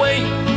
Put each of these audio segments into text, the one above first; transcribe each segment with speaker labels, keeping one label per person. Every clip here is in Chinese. Speaker 1: 味，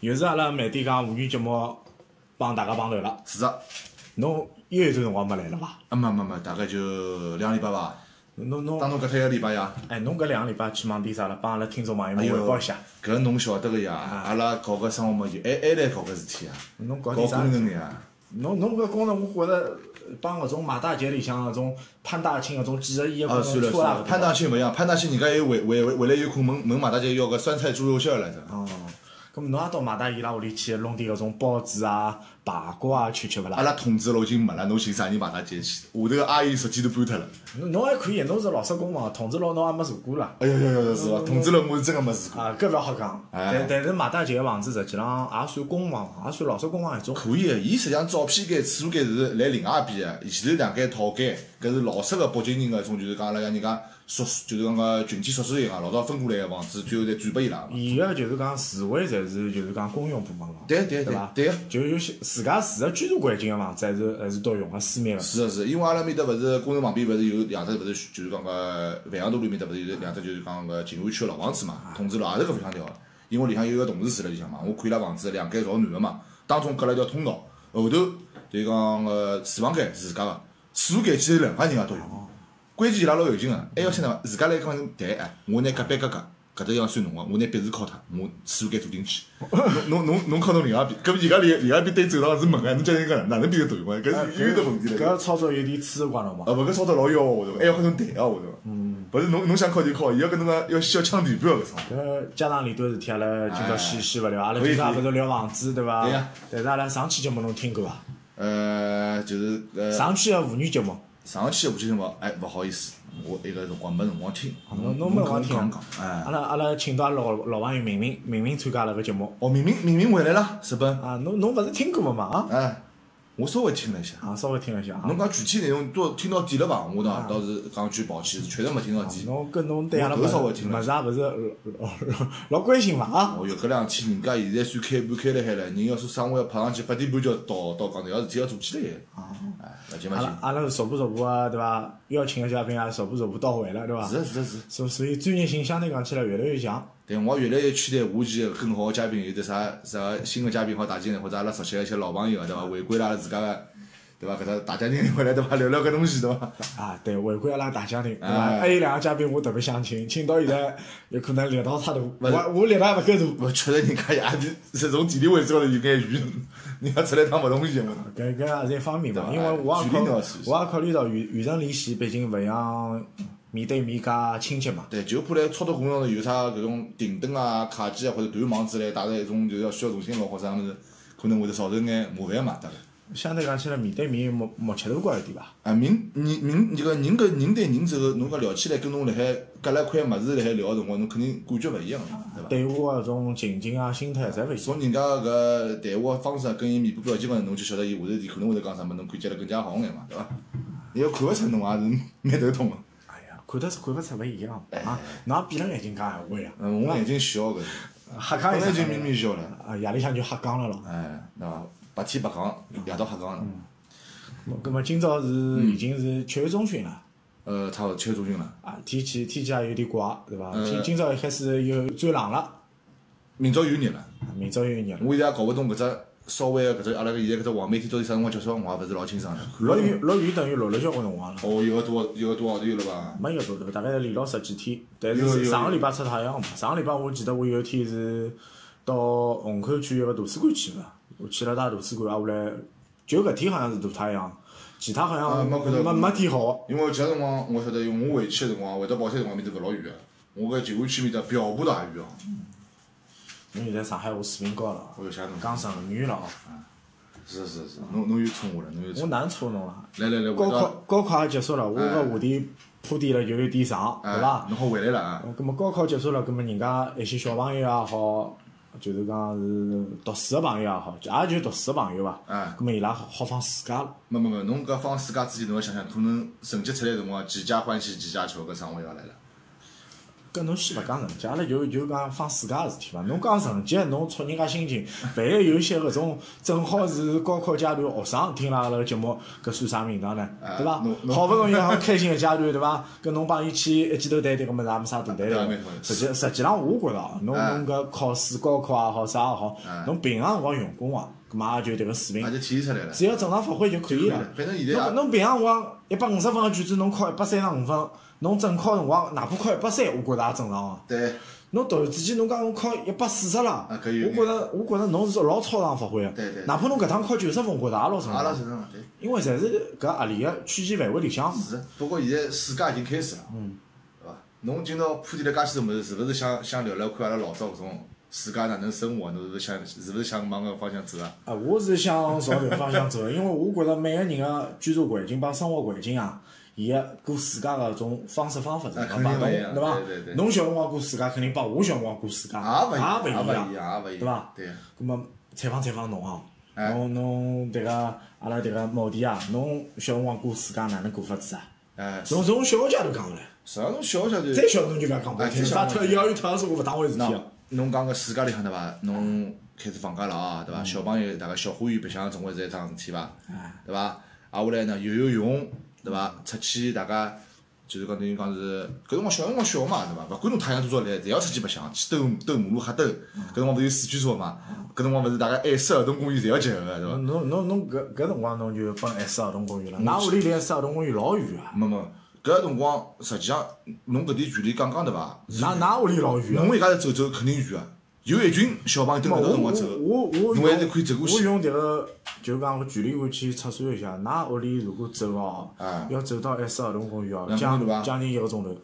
Speaker 2: 又是阿拉慢点讲妇女节目帮大家碰头了。
Speaker 3: 是的，
Speaker 2: 侬又一段辰光没来了伐？
Speaker 3: 啊没没没，大概就两个礼拜吧，
Speaker 2: 侬
Speaker 3: 当
Speaker 2: 侬
Speaker 3: 中搿脱一个礼拜呀。
Speaker 2: 哎，侬搿两个礼拜去忙点啥了？帮阿拉听众朋友
Speaker 3: 哎
Speaker 2: 们
Speaker 3: 呦
Speaker 2: 汇报一下。，
Speaker 3: 搿侬晓得个呀，阿拉搞搿生活嘛就还还来搞搿事体啊，
Speaker 2: 侬搞
Speaker 3: 搞
Speaker 2: 点啥
Speaker 3: 工？程呀。
Speaker 2: 侬侬搿功能，我觉着帮搿种马大姐里向搿种潘大庆搿种几十亿个
Speaker 3: 啊，
Speaker 2: 功
Speaker 3: 算
Speaker 2: 能
Speaker 3: 了
Speaker 2: 错
Speaker 3: 算了，
Speaker 2: 啦。
Speaker 3: 潘大庆勿一样，潘大庆人家还回回回回来有空问问马大姐要个酸菜猪肉馅儿来着。
Speaker 2: 哦，咁侬也到马大伊拉屋里去弄点搿种包子啊、排骨啊吃吃勿
Speaker 3: 阿
Speaker 2: 啦？
Speaker 3: 拉筒子了已经没了，侬寻啥人马大姐去？下头个阿姨日记都搬脱了。
Speaker 2: 侬侬还可以，侬是老式工房，筒子佬侬也没坐过啦。
Speaker 3: 哎呦呦呦，是伐？筒子了我是真个没试过。
Speaker 2: 啊，搿勿好讲，
Speaker 3: 哎
Speaker 2: 但但是马大姐个房子实际上也算公房，也算老式公房一种。
Speaker 3: 可以个，伊实际上照片间、厕所间是来另外一边个，前头两间套间，搿是老式个北京人个种，就是讲阿拉讲人家宿，就是讲个群体宿舍一样，老早分过来个房子，最后再转拨伊拉。
Speaker 2: 伊个就是讲住位侪是就是讲公用部分房，
Speaker 3: 对对
Speaker 2: 对
Speaker 3: 对
Speaker 2: 伐？
Speaker 3: 对个，
Speaker 2: 就有些自家住个居住环境个房子还是还是都用个私密个。
Speaker 3: 是啊个是个，因为阿拉面搭勿是工程旁边勿是有两只勿是就是讲个万象路里面搭勿是有两只就是讲个静安区个老房子嘛，筒子老也是搿副腔调个，因为里向有一个同事住辣里向嘛，我看伊拉房子两间朝南个嘛，当中隔了一条通道，后头就是讲个厨房间是自家个，厕所间其实两家人也都用。关键伊拉老有劲个，还要先哪能自家来讲谈哎，我拿隔壁隔隔搿搭要算侬个，我拿壁纸敲脱，我厕所间做进 去，侬侬侬侬敲侬另外一边，搿么人家另另外一边对走廊是门个，啊侬叫人家哪能变成大用啊？搿是有的问题了。
Speaker 2: 搿个操作有点刺激光了嘛
Speaker 3: 啊，？勿搿操作老要我对伐？还要跟侬谈啊，我对伐？嗯，勿是侬侬想考就考，伊要跟侬讲要小抢地盘搿种。
Speaker 2: 搿呃家长里短事体，阿拉今朝细细勿聊，阿拉
Speaker 3: 哎可
Speaker 2: 今
Speaker 3: 以
Speaker 2: 朝也勿
Speaker 3: 可以
Speaker 2: 是聊房子对伐
Speaker 3: 对呀？
Speaker 2: 但是阿拉上期节目侬听过伐？啊
Speaker 3: 呃，就是呃，
Speaker 2: 上期个妇女节目，
Speaker 3: 上期个部节目，哎，勿好意思，我一个辰光没辰光听，
Speaker 2: 啊侬侬没辰光
Speaker 3: 嗯侬讲
Speaker 2: 听啊
Speaker 3: 讲，，
Speaker 2: 阿
Speaker 3: 哎，
Speaker 2: 拉阿拉请到阿拉老老朋友明明明明参加阿拉个节目
Speaker 3: 哦，明明明明回来了，日本，
Speaker 2: 啊，侬侬勿是听过个嘛啊？
Speaker 3: 哎，我稍微听了一下，
Speaker 2: 啊，稍微听了一下啊。
Speaker 3: 侬讲具体内容多听到底了伐？我倒倒是讲句抱歉，确实没听到底。
Speaker 2: 啊侬跟侬对阿拉
Speaker 3: 我
Speaker 2: 物
Speaker 3: 头稍微
Speaker 2: 事
Speaker 3: 听了
Speaker 2: 物事也勿是老老老关心伐啊？
Speaker 3: 哦哟，搿两天人家现在算开盘开了海了，人要说生活要爬上去，八点半就要到到讲头，要事体要做起来。
Speaker 2: 啊
Speaker 3: 哎，勿急勿
Speaker 2: 阿
Speaker 3: 急
Speaker 2: 拉。阿拉逐步逐步啊，对伐？邀请个嘉宾啊，逐步逐步到位了，对伐？
Speaker 3: 是的是的是的。
Speaker 2: 所所以专业性相对讲起来越来越强。
Speaker 3: 对，我越来越期待下期更好的嘉宾有得啥啥新的嘉宾好带进来，或者阿拉熟悉的一些老朋友，啊对伐？回归了阿拉自家个，对伐？搿只大家庭回来，对伐？聊聊搿东西，对 伐？
Speaker 2: 啊，对，回归阿拉大家庭，对伐？
Speaker 3: 哎
Speaker 2: 还有两个嘉宾我特别想请，请到现 在有可能力道差大，
Speaker 3: 是
Speaker 2: 我我力道还勿够
Speaker 3: 勿确实人家也是是从地理位置高头有眼远，人家出来趟勿同节目。
Speaker 2: 大，搿搿也是一方面嘛，
Speaker 3: 对
Speaker 2: 因
Speaker 3: 伐
Speaker 2: 为我也
Speaker 3: 距
Speaker 2: 考
Speaker 3: 离呢是是
Speaker 2: 我也考虑到远远程联系，毕竟勿像面对面介亲切嘛。
Speaker 3: 对，就怕来操作过程当中有啥搿种停顿啊、卡机啊或者断网之类，带来一种就是要需要重新搞或者啥物事，可能会得造成眼麻烦嘛，大概。
Speaker 2: 相对讲起来，面对面默默契度高一点伐？
Speaker 3: 啊，人人人这个人跟人对人之后，侬讲聊起来跟侬辣海隔了一块物事辣海聊个辰光，侬肯定感觉勿一样，对伐？
Speaker 2: 对话搿种情景啊、心态侪勿一样。
Speaker 3: 从人家搿谈话方式跟伊面部表情嘛，侬就晓得伊下头可能会得讲啥么，侬感觉得更加好眼嘛，对伐？伊要看勿出侬啊也是蛮头痛个。啊
Speaker 2: 哎呀，看得是看勿出勿一样啊！侬也闭了眼睛讲闲话呀，
Speaker 3: 嗯，我眼睛小搿，
Speaker 2: 瞎讲
Speaker 3: 本
Speaker 2: 一
Speaker 3: 来
Speaker 2: 声
Speaker 3: 就眯眯小了，
Speaker 2: 啊，夜里向就瞎讲了咯。
Speaker 3: 哎，对伐？白天白讲，夜到黑讲了，
Speaker 2: 咁么今朝是已经是七月中旬了。
Speaker 3: 呃，差勿多七月中旬了。
Speaker 2: 啊，天气天气也有点怪，对伐？
Speaker 3: 嗯
Speaker 2: 今今朝一开始又转冷了，啊
Speaker 3: 明朝又热了，
Speaker 2: 明朝又热了。
Speaker 3: 我现在也搞勿懂搿只稍微搿只阿拉搿现在搿只黄梅天到底啥辰光结束，我也勿是老清爽了。
Speaker 2: 落雨落雨等于落了交关辰光了，
Speaker 3: 哦，有个多有个多号头有了吧？
Speaker 2: 没一个多头，大概连牢十几天。但
Speaker 3: 有有
Speaker 2: 是
Speaker 3: 有
Speaker 2: 上个礼拜出太阳嘛，上个礼拜我记得我有一天是到虹口区一个图书馆去嘛，我去了大图书馆，啊，我来就搿天好像是对他一样，其他好
Speaker 3: 啊
Speaker 2: 像
Speaker 3: 没看到
Speaker 2: 没没天好。
Speaker 3: 因为其他辰光我晓得，因为我回去个辰光，回到宝山辰光面头搿老远个，我搿静安区面搭瓢泼大雨哦，
Speaker 2: 侬现在上海话水平高了
Speaker 3: 我，有想侬
Speaker 2: 讲成语了哦，
Speaker 3: 是是是，侬侬又冲我了，侬又
Speaker 2: 我
Speaker 3: 冲。
Speaker 2: 难错侬了。
Speaker 3: 来来来，回
Speaker 2: 高考
Speaker 3: 到
Speaker 2: 高考也结束了，我
Speaker 3: 哎
Speaker 2: 搿话题铺垫了就有点长，对伐
Speaker 3: 啊，？侬好回来了啊，
Speaker 2: 呃，葛末高考结束了，葛末啊人家一些小朋友也好，就是讲是读书个朋友也好，就也就读书个朋友伐。
Speaker 3: 哎
Speaker 2: 葛末伊拉好好放暑假了。
Speaker 3: 没没没，侬搿放暑假之前，侬要想想，可能成绩出来的辰光，几家欢喜几家愁，搿生活要来了。
Speaker 2: 搿侬先
Speaker 3: 嗯
Speaker 2: 勿讲成绩，阿拉就就讲放暑假个事体伐。侬讲成绩，侬戳人家心情。万一有一些搿种正好是高考阶段学生听了阿拉个节目，搿算啥名堂呢？
Speaker 3: 哎
Speaker 2: 对伐
Speaker 3: 侬？侬
Speaker 2: 好勿容易好开心个阶段，对伐？搿侬帮伊去一记头谈谈，搿么子也没啥大谈
Speaker 3: 对啊
Speaker 2: 头
Speaker 3: 没错。
Speaker 2: 实际实际上，我觉着啊，侬
Speaker 3: 哎
Speaker 2: 侬搿考试高考也好，啥也好
Speaker 3: 哎，
Speaker 2: 侬平常辰光用功啊，搿么也就迭个水
Speaker 3: 也
Speaker 2: 平，
Speaker 3: 就体现出来了。
Speaker 2: 只要正常发挥就可以了。
Speaker 3: 反正现在
Speaker 2: 侬
Speaker 3: 也
Speaker 2: 侬平常辰光一百五十分个卷子，侬考一百三十五分，侬正考辰光哪怕考一百三，我觉着也正常个。啊
Speaker 3: 对，
Speaker 2: 侬突然之间侬讲侬考一百四十了，
Speaker 3: 啊可以
Speaker 2: 我觉着我觉着侬是老超常发挥个，
Speaker 3: 对对
Speaker 2: 哪怕侬搿趟考九十分，我觉着也老正
Speaker 3: 阿拉
Speaker 2: 常，
Speaker 3: 身上对。
Speaker 2: 因为侪是搿合理个区间范围里向。
Speaker 3: 是，不过现在暑假已经开始了，嗯，对伐？侬今朝铺垫了介许多物事，是勿是想想聊聊看阿拉老早搿种暑假哪能生活？侬是勿是想是勿是想往搿方向走啊？
Speaker 2: 啊，我是想朝搿个方向走的，因为我觉着每个人个居住环境帮生活环境啊，伊个过暑假个种方式方法是勿
Speaker 3: 啊
Speaker 2: 同的，
Speaker 3: 肯定勿一样
Speaker 2: 对伐
Speaker 3: 对对对？
Speaker 2: 侬小辰光过暑假肯定帮我小辰光过暑假
Speaker 3: 也勿
Speaker 2: 啊也
Speaker 3: 也
Speaker 2: 勿
Speaker 3: 勿
Speaker 2: 一样
Speaker 3: 一。样，也勿一样，
Speaker 2: 对伐
Speaker 3: 对，
Speaker 2: 咁么采访采访侬哦，
Speaker 3: 哎
Speaker 2: 侬侬迭个阿拉迭个某弟啊，侬小辰光过暑假哪能过法子啊？
Speaker 3: 哎，
Speaker 2: 从从小个阶段讲下来，
Speaker 3: 实际上侬小小就
Speaker 2: 再小侬就勿要讲拨我
Speaker 3: 哎
Speaker 2: 听，
Speaker 3: 再小
Speaker 2: 啥特幼儿园特殊我勿当回事体
Speaker 3: 喏
Speaker 2: 啊。，
Speaker 3: 侬讲个暑假里向对伐？侬开始放假了啊，对伐？小朋友大概小花园白相总归是一桩事体伐？对伐？啊，下来呢游游泳，对伐？出去大家就是讲等于讲是，搿辰光小辰光小嘛，对伐？勿管侬太阳多少来，侪要出去白相，去兜兜马路瞎兜。
Speaker 2: 嗯
Speaker 3: 搿辰光勿是有四驱车嘛？搿辰光勿是大家 S 儿童公园侪要结合个，对伐？
Speaker 2: 侬侬侬搿搿辰光侬就奔 S 儿童公园了，㑚屋里离 S 儿童公园老远啊，
Speaker 3: 没没，搿辰光实际上侬搿点距离刚刚对伐？
Speaker 2: 㑚㑚屋里老远啊。
Speaker 3: 侬一家头走走肯定远啊，有一群小朋友
Speaker 2: 咾
Speaker 3: 蹲
Speaker 2: 么
Speaker 3: 辣头辰
Speaker 2: 我
Speaker 3: 光走，
Speaker 2: 我我
Speaker 3: 侬
Speaker 2: 我
Speaker 3: 还是可以走过
Speaker 2: 我
Speaker 3: 去。
Speaker 2: 用迭个就讲距离感去测算一下，㑚屋里如果走哦
Speaker 3: 哎，
Speaker 2: 要走到 S 儿童公园哦，
Speaker 3: 两公里路吧
Speaker 2: 将将近一个钟头。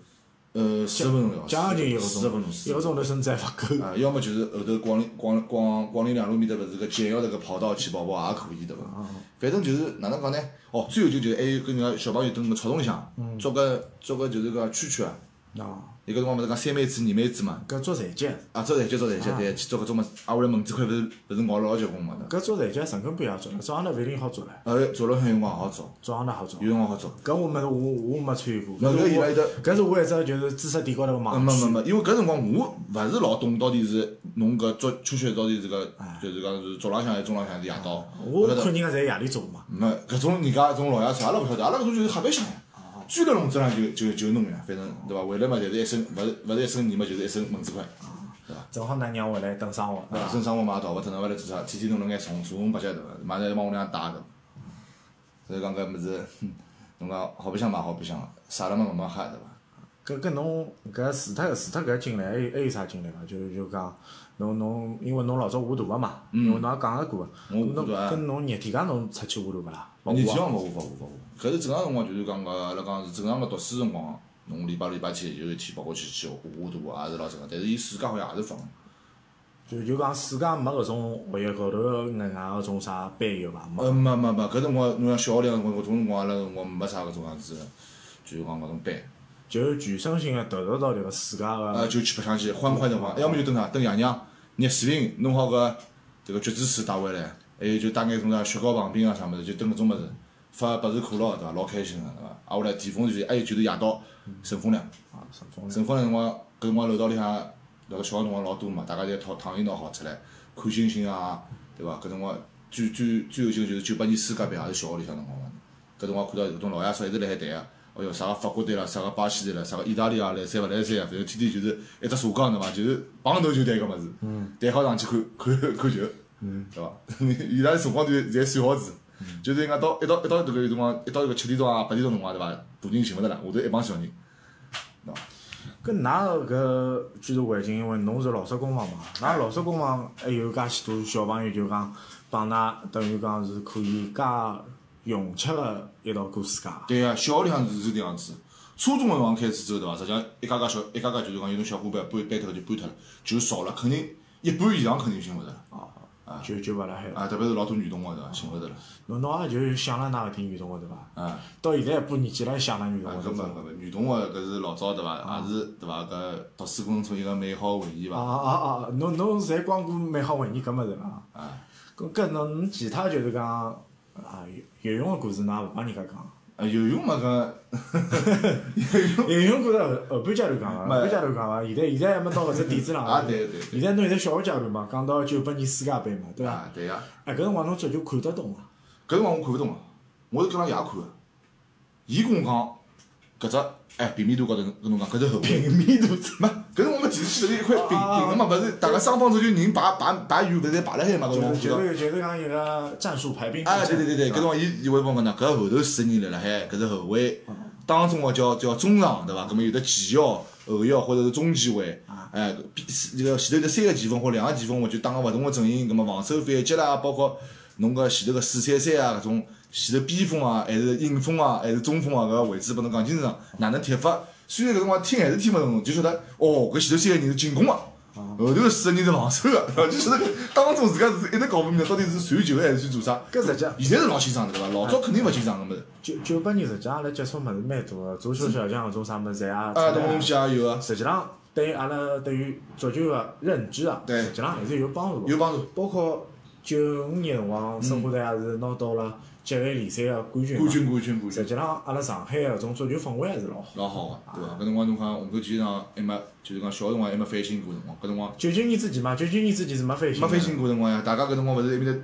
Speaker 3: 呃，四十分钟了，
Speaker 2: 将近一个钟
Speaker 3: 四十
Speaker 2: 头
Speaker 3: 分钟，，四
Speaker 2: 一
Speaker 3: 十
Speaker 2: 个
Speaker 3: 分钟。
Speaker 2: 钟头甚至还勿够。
Speaker 3: 啊，要么就是后头广陵广广广陵两路面搭勿是个简要的个跑道去跑跑也可以对伐？
Speaker 2: 啊
Speaker 3: 反正就是哪能讲呢？哦，最后就就是还有跟人家小朋友蹲个草丛里向，
Speaker 2: 嗯
Speaker 3: 捉个捉个就是讲蛐蛐啊，
Speaker 2: 啊，
Speaker 3: 有个辰光勿是讲三妹子、二妹子嘛，
Speaker 2: 搿做残疾，
Speaker 3: 啊，捉台阶捉台阶，对，去捉搿种物事，啊，我来门子块勿是勿是咬了老结棍嘛的，
Speaker 2: 搿做残疾陈根本也做了，早浪头勿一定好做了，
Speaker 3: 呃，捉了向有辰光好捉，
Speaker 2: 早浪头好做
Speaker 3: 有。辰光好捉。
Speaker 2: 搿我没我我没参与过，
Speaker 3: 那搿伊拉有的
Speaker 2: 搿是我一只就是知识点高头个
Speaker 3: 啊，
Speaker 2: 盲
Speaker 3: 没没
Speaker 2: 区。
Speaker 3: 没，因为搿辰光我勿是老懂到底是侬搿捉蛐蛐到底是个就是讲是早浪向还是中浪向还是夜到，
Speaker 2: 哎我
Speaker 3: 勿晓得
Speaker 2: 看人家侪夜里做嘛，
Speaker 3: 没，搿种人家搿种老爷子，阿拉勿晓得，阿拉搿种就是瞎白相呀。
Speaker 2: 啊
Speaker 3: 追了笼子上就就就弄呀，反正对伐？回来嘛，就是一身，勿是勿是一身泥嘛，就是一身蚊子块。
Speaker 2: 啊正好㑚娘回来等生活，对
Speaker 3: 啊，
Speaker 2: 伐？
Speaker 3: 身上活嘛也逃勿脱，侬勿来做啥？天天弄了眼虫，虫八脚对伐？马上要往屋里向带的。所以讲搿物事，哼侬讲好白相嘛，好白相，啥了嘛慢慢吓对伐？
Speaker 2: 搿搿侬搿除脱除脱搿经历，还有还有啥经历伐？就就讲侬侬，因为侬老早画图个嘛，因为侬也讲了过，
Speaker 3: 嗯我画
Speaker 2: 侬
Speaker 3: 图啊
Speaker 2: 跟侬热天介侬出去画图勿啦？勿
Speaker 3: 你
Speaker 2: 画
Speaker 3: 体
Speaker 2: 啊
Speaker 3: 上勿勿勿勿勿，搿是正常辰光，就是讲个呃阿拉讲是正常个读书辰光，侬礼拜六礼拜天有一天跑过去去画画图，也啊是老正常。但是伊暑假好像也是放，
Speaker 2: 就就讲世界没搿种学业高头个额外搿种啥班有伐？没。
Speaker 3: 呃，没没没，搿辰光侬像小学里向辰光，搿种辰光阿拉辰光没啥搿种样子的，就是讲搿种班，
Speaker 2: 就全身心个投入到迭个世界
Speaker 3: 啊
Speaker 2: 个，
Speaker 3: 就去白相去，欢快辰光，要么就蹲啥蹲爷娘，捏水瓶，弄好个迭个橘子水带回来，还有就带眼种啥雪糕棒冰啊啥物事，就蹲搿种物事，发百事可乐对伐？老开心个对伐？啊，后来巅峰就是还有就是夜到乘风凉，
Speaker 2: 啊，什么
Speaker 3: 乘风凉辰光，搿辰光楼道里向迭个小学辰光老多嘛，大家侪躺躺一闹好出来看星星啊，对伐？搿辰光最最最有劲就是九八年世界杯，也是小学里向辰光嘛。搿辰光看到有种老爷叔一直辣海谈啊，哎哟，啥个法国队啦，啥个巴西队啦，啥个意大利啊，来三勿来三啊，反正天天就是一只茶缸对伐？就是碰头就谈搿物事，谈好上去看看看球，对伐？ 伊拉辰光段侪算好子。就是人家到一到一到迭个有辰光，一到一个七点钟啊八点钟辰光对伐？大人寻勿着了，下头一帮小人，
Speaker 2: 搿㑚搿居住环境，因为侬是老式公房嘛，㑚老式公房还有介许多小朋友就讲帮㑚等于讲是可以加融洽个一道过自家。
Speaker 3: 对呀、小学里向是是这样子。初中辰光开始之后，对伐？实际上一家家小一家家就是讲有种小伙伴搬搬脱了就搬脱了，就少了，肯定一半以上肯定寻勿着了
Speaker 2: 就就勿辣海了，
Speaker 3: 啊！特别是老多女同学对伐？寻勿着了
Speaker 2: 侬侬也就想了㑚搿天运动个对伐？
Speaker 3: 啊！
Speaker 2: 到现在一把年纪了，想了运动
Speaker 3: 啊，
Speaker 2: 个对
Speaker 3: 搿没
Speaker 2: 伐？
Speaker 3: 搿没，女同学搿是老早对伐？也是对伐？搿读书过程中一个美好回忆
Speaker 2: 啊
Speaker 3: 伐？
Speaker 2: 啊啊！啊侬侬侪光顾美好回忆搿物事啊。
Speaker 3: 啊，
Speaker 2: 搿搿侬侬其他就是讲啊有有用个故事，㑚勿帮人家讲。
Speaker 3: 啊，游泳嘛搿
Speaker 2: 有用故事后后半阶段讲啊 伐？后半阶段讲伐？现在现在还没到搿只点子浪。
Speaker 3: 啊，对对
Speaker 2: 现
Speaker 3: 对
Speaker 2: 在侬现在小学阶段嘛，讲到九八年世界杯嘛，对伐？
Speaker 3: 啊，对呀，
Speaker 2: 哎，搿辰光侬足球看得懂伐？
Speaker 3: 搿辰光我看勿懂啊，我是跟伊拉爷看个，啊伊跟我讲搿只哎平面图高头跟侬讲搿只后卫。
Speaker 2: 平面图
Speaker 3: 没，搿辰光我们电视机头一块屏屏个嘛，勿是大家双方足球人排排排圆，勿是侪排辣海嘛，搿
Speaker 2: 就
Speaker 3: 辰光
Speaker 2: 是
Speaker 3: 看
Speaker 2: 就
Speaker 3: 到。
Speaker 2: 是就是讲一个战术排兵布阵。
Speaker 3: 啊，对对对对，搿辰光伊伊会帮我讲，搿后头四个人辣辣海，搿是后卫，当中个叫叫中场对伐？搿么有的前腰、后腰或者是中前卫，哎，比这个前头的三个前锋或两个前锋，我就打个勿同个阵型，搿么防守反击啦，包括侬搿前头个四三三啊，搿种前头边锋啊，还是硬锋啊，还是中锋啊，搿个位置拨侬讲清爽，哪能踢法？虽然搿辰光听还是听勿懂，就晓得哦，搿前头三个人是进攻个、后头四个人是防守个， 对伐？就晓得当中自家是一直搞勿明白，到底是传球还是算做啥？
Speaker 2: 搿实际上
Speaker 3: 现在是老清爽的对伐？老早肯定勿清爽个物事。
Speaker 2: 九九八年实际上阿拉接触物事蛮多个，足球小将搿种啥物事侪也
Speaker 3: 啊，
Speaker 2: 出
Speaker 3: 种
Speaker 2: 来
Speaker 3: 东西也有啊，
Speaker 2: 实际上对于阿拉对于足球个认知啊，
Speaker 3: 对
Speaker 2: 实际上还是有帮助
Speaker 3: 有
Speaker 2: 个。
Speaker 3: 帮助。
Speaker 2: 包括九五年辰光，申花队也是拿到了职业联赛个冠军嘛。
Speaker 3: 冠军，冠军，冠
Speaker 2: 实
Speaker 3: 军，
Speaker 2: 际上，阿拉上海个搿种足球氛围还是老好。
Speaker 3: 老好个、对伐？搿辰光侬看，虹口体育场还没，就是讲小辰光还没翻新过辰光，搿辰光
Speaker 2: 九九年之前嘛，九九年之前是没翻新
Speaker 3: 没
Speaker 2: 的。
Speaker 3: 翻新过辰光呀，大家搿辰光勿是埃面搭，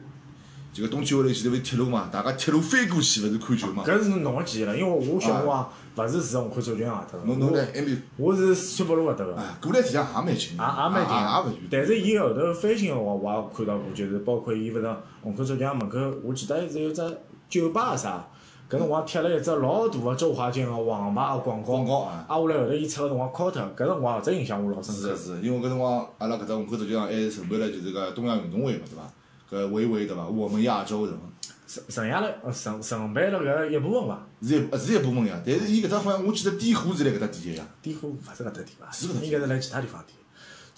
Speaker 3: 就个冬季奥运会前头勿是铁路嘛，大家铁路翻过去勿是看球嘛？
Speaker 2: 搿是侬个记忆了，因为我小辰光勿是住虹口足球场搿搭
Speaker 3: 啊侬侬
Speaker 2: 个
Speaker 3: 在，埃面
Speaker 2: 我我是三北路搿搭个，也
Speaker 3: 啊，过来体量也蛮近的，
Speaker 2: 啊
Speaker 3: 啊
Speaker 2: 也蛮近
Speaker 3: 也
Speaker 2: 个
Speaker 3: 也勿。远。
Speaker 2: 但是伊后头翻新个我我也看到过，就是包括伊勿是虹口足球场门口，我记得是有只酒吧啥，搿辰光贴了一只老大个周华健个黄牌个广告。
Speaker 3: 广告啊
Speaker 2: 啊，后来后头伊出个辰光 c u t 搿辰光搿只印象我老深
Speaker 3: 是
Speaker 2: 刻
Speaker 3: 的。是的，因为搿辰光阿拉搿只虹口足球场还是承办了就是搿东亚运动会嘛，对伐？搿维维对伐？我们亚洲对伐？
Speaker 2: 承承下来，呃承承办了搿一部分伐？
Speaker 3: 是一是呃一部分呀，但是伊搿只好像我记得点火是辣搿只底下呀，
Speaker 2: 点火勿是搿搭点伐
Speaker 3: 是搿搭？地
Speaker 2: 应该是来其他地方点。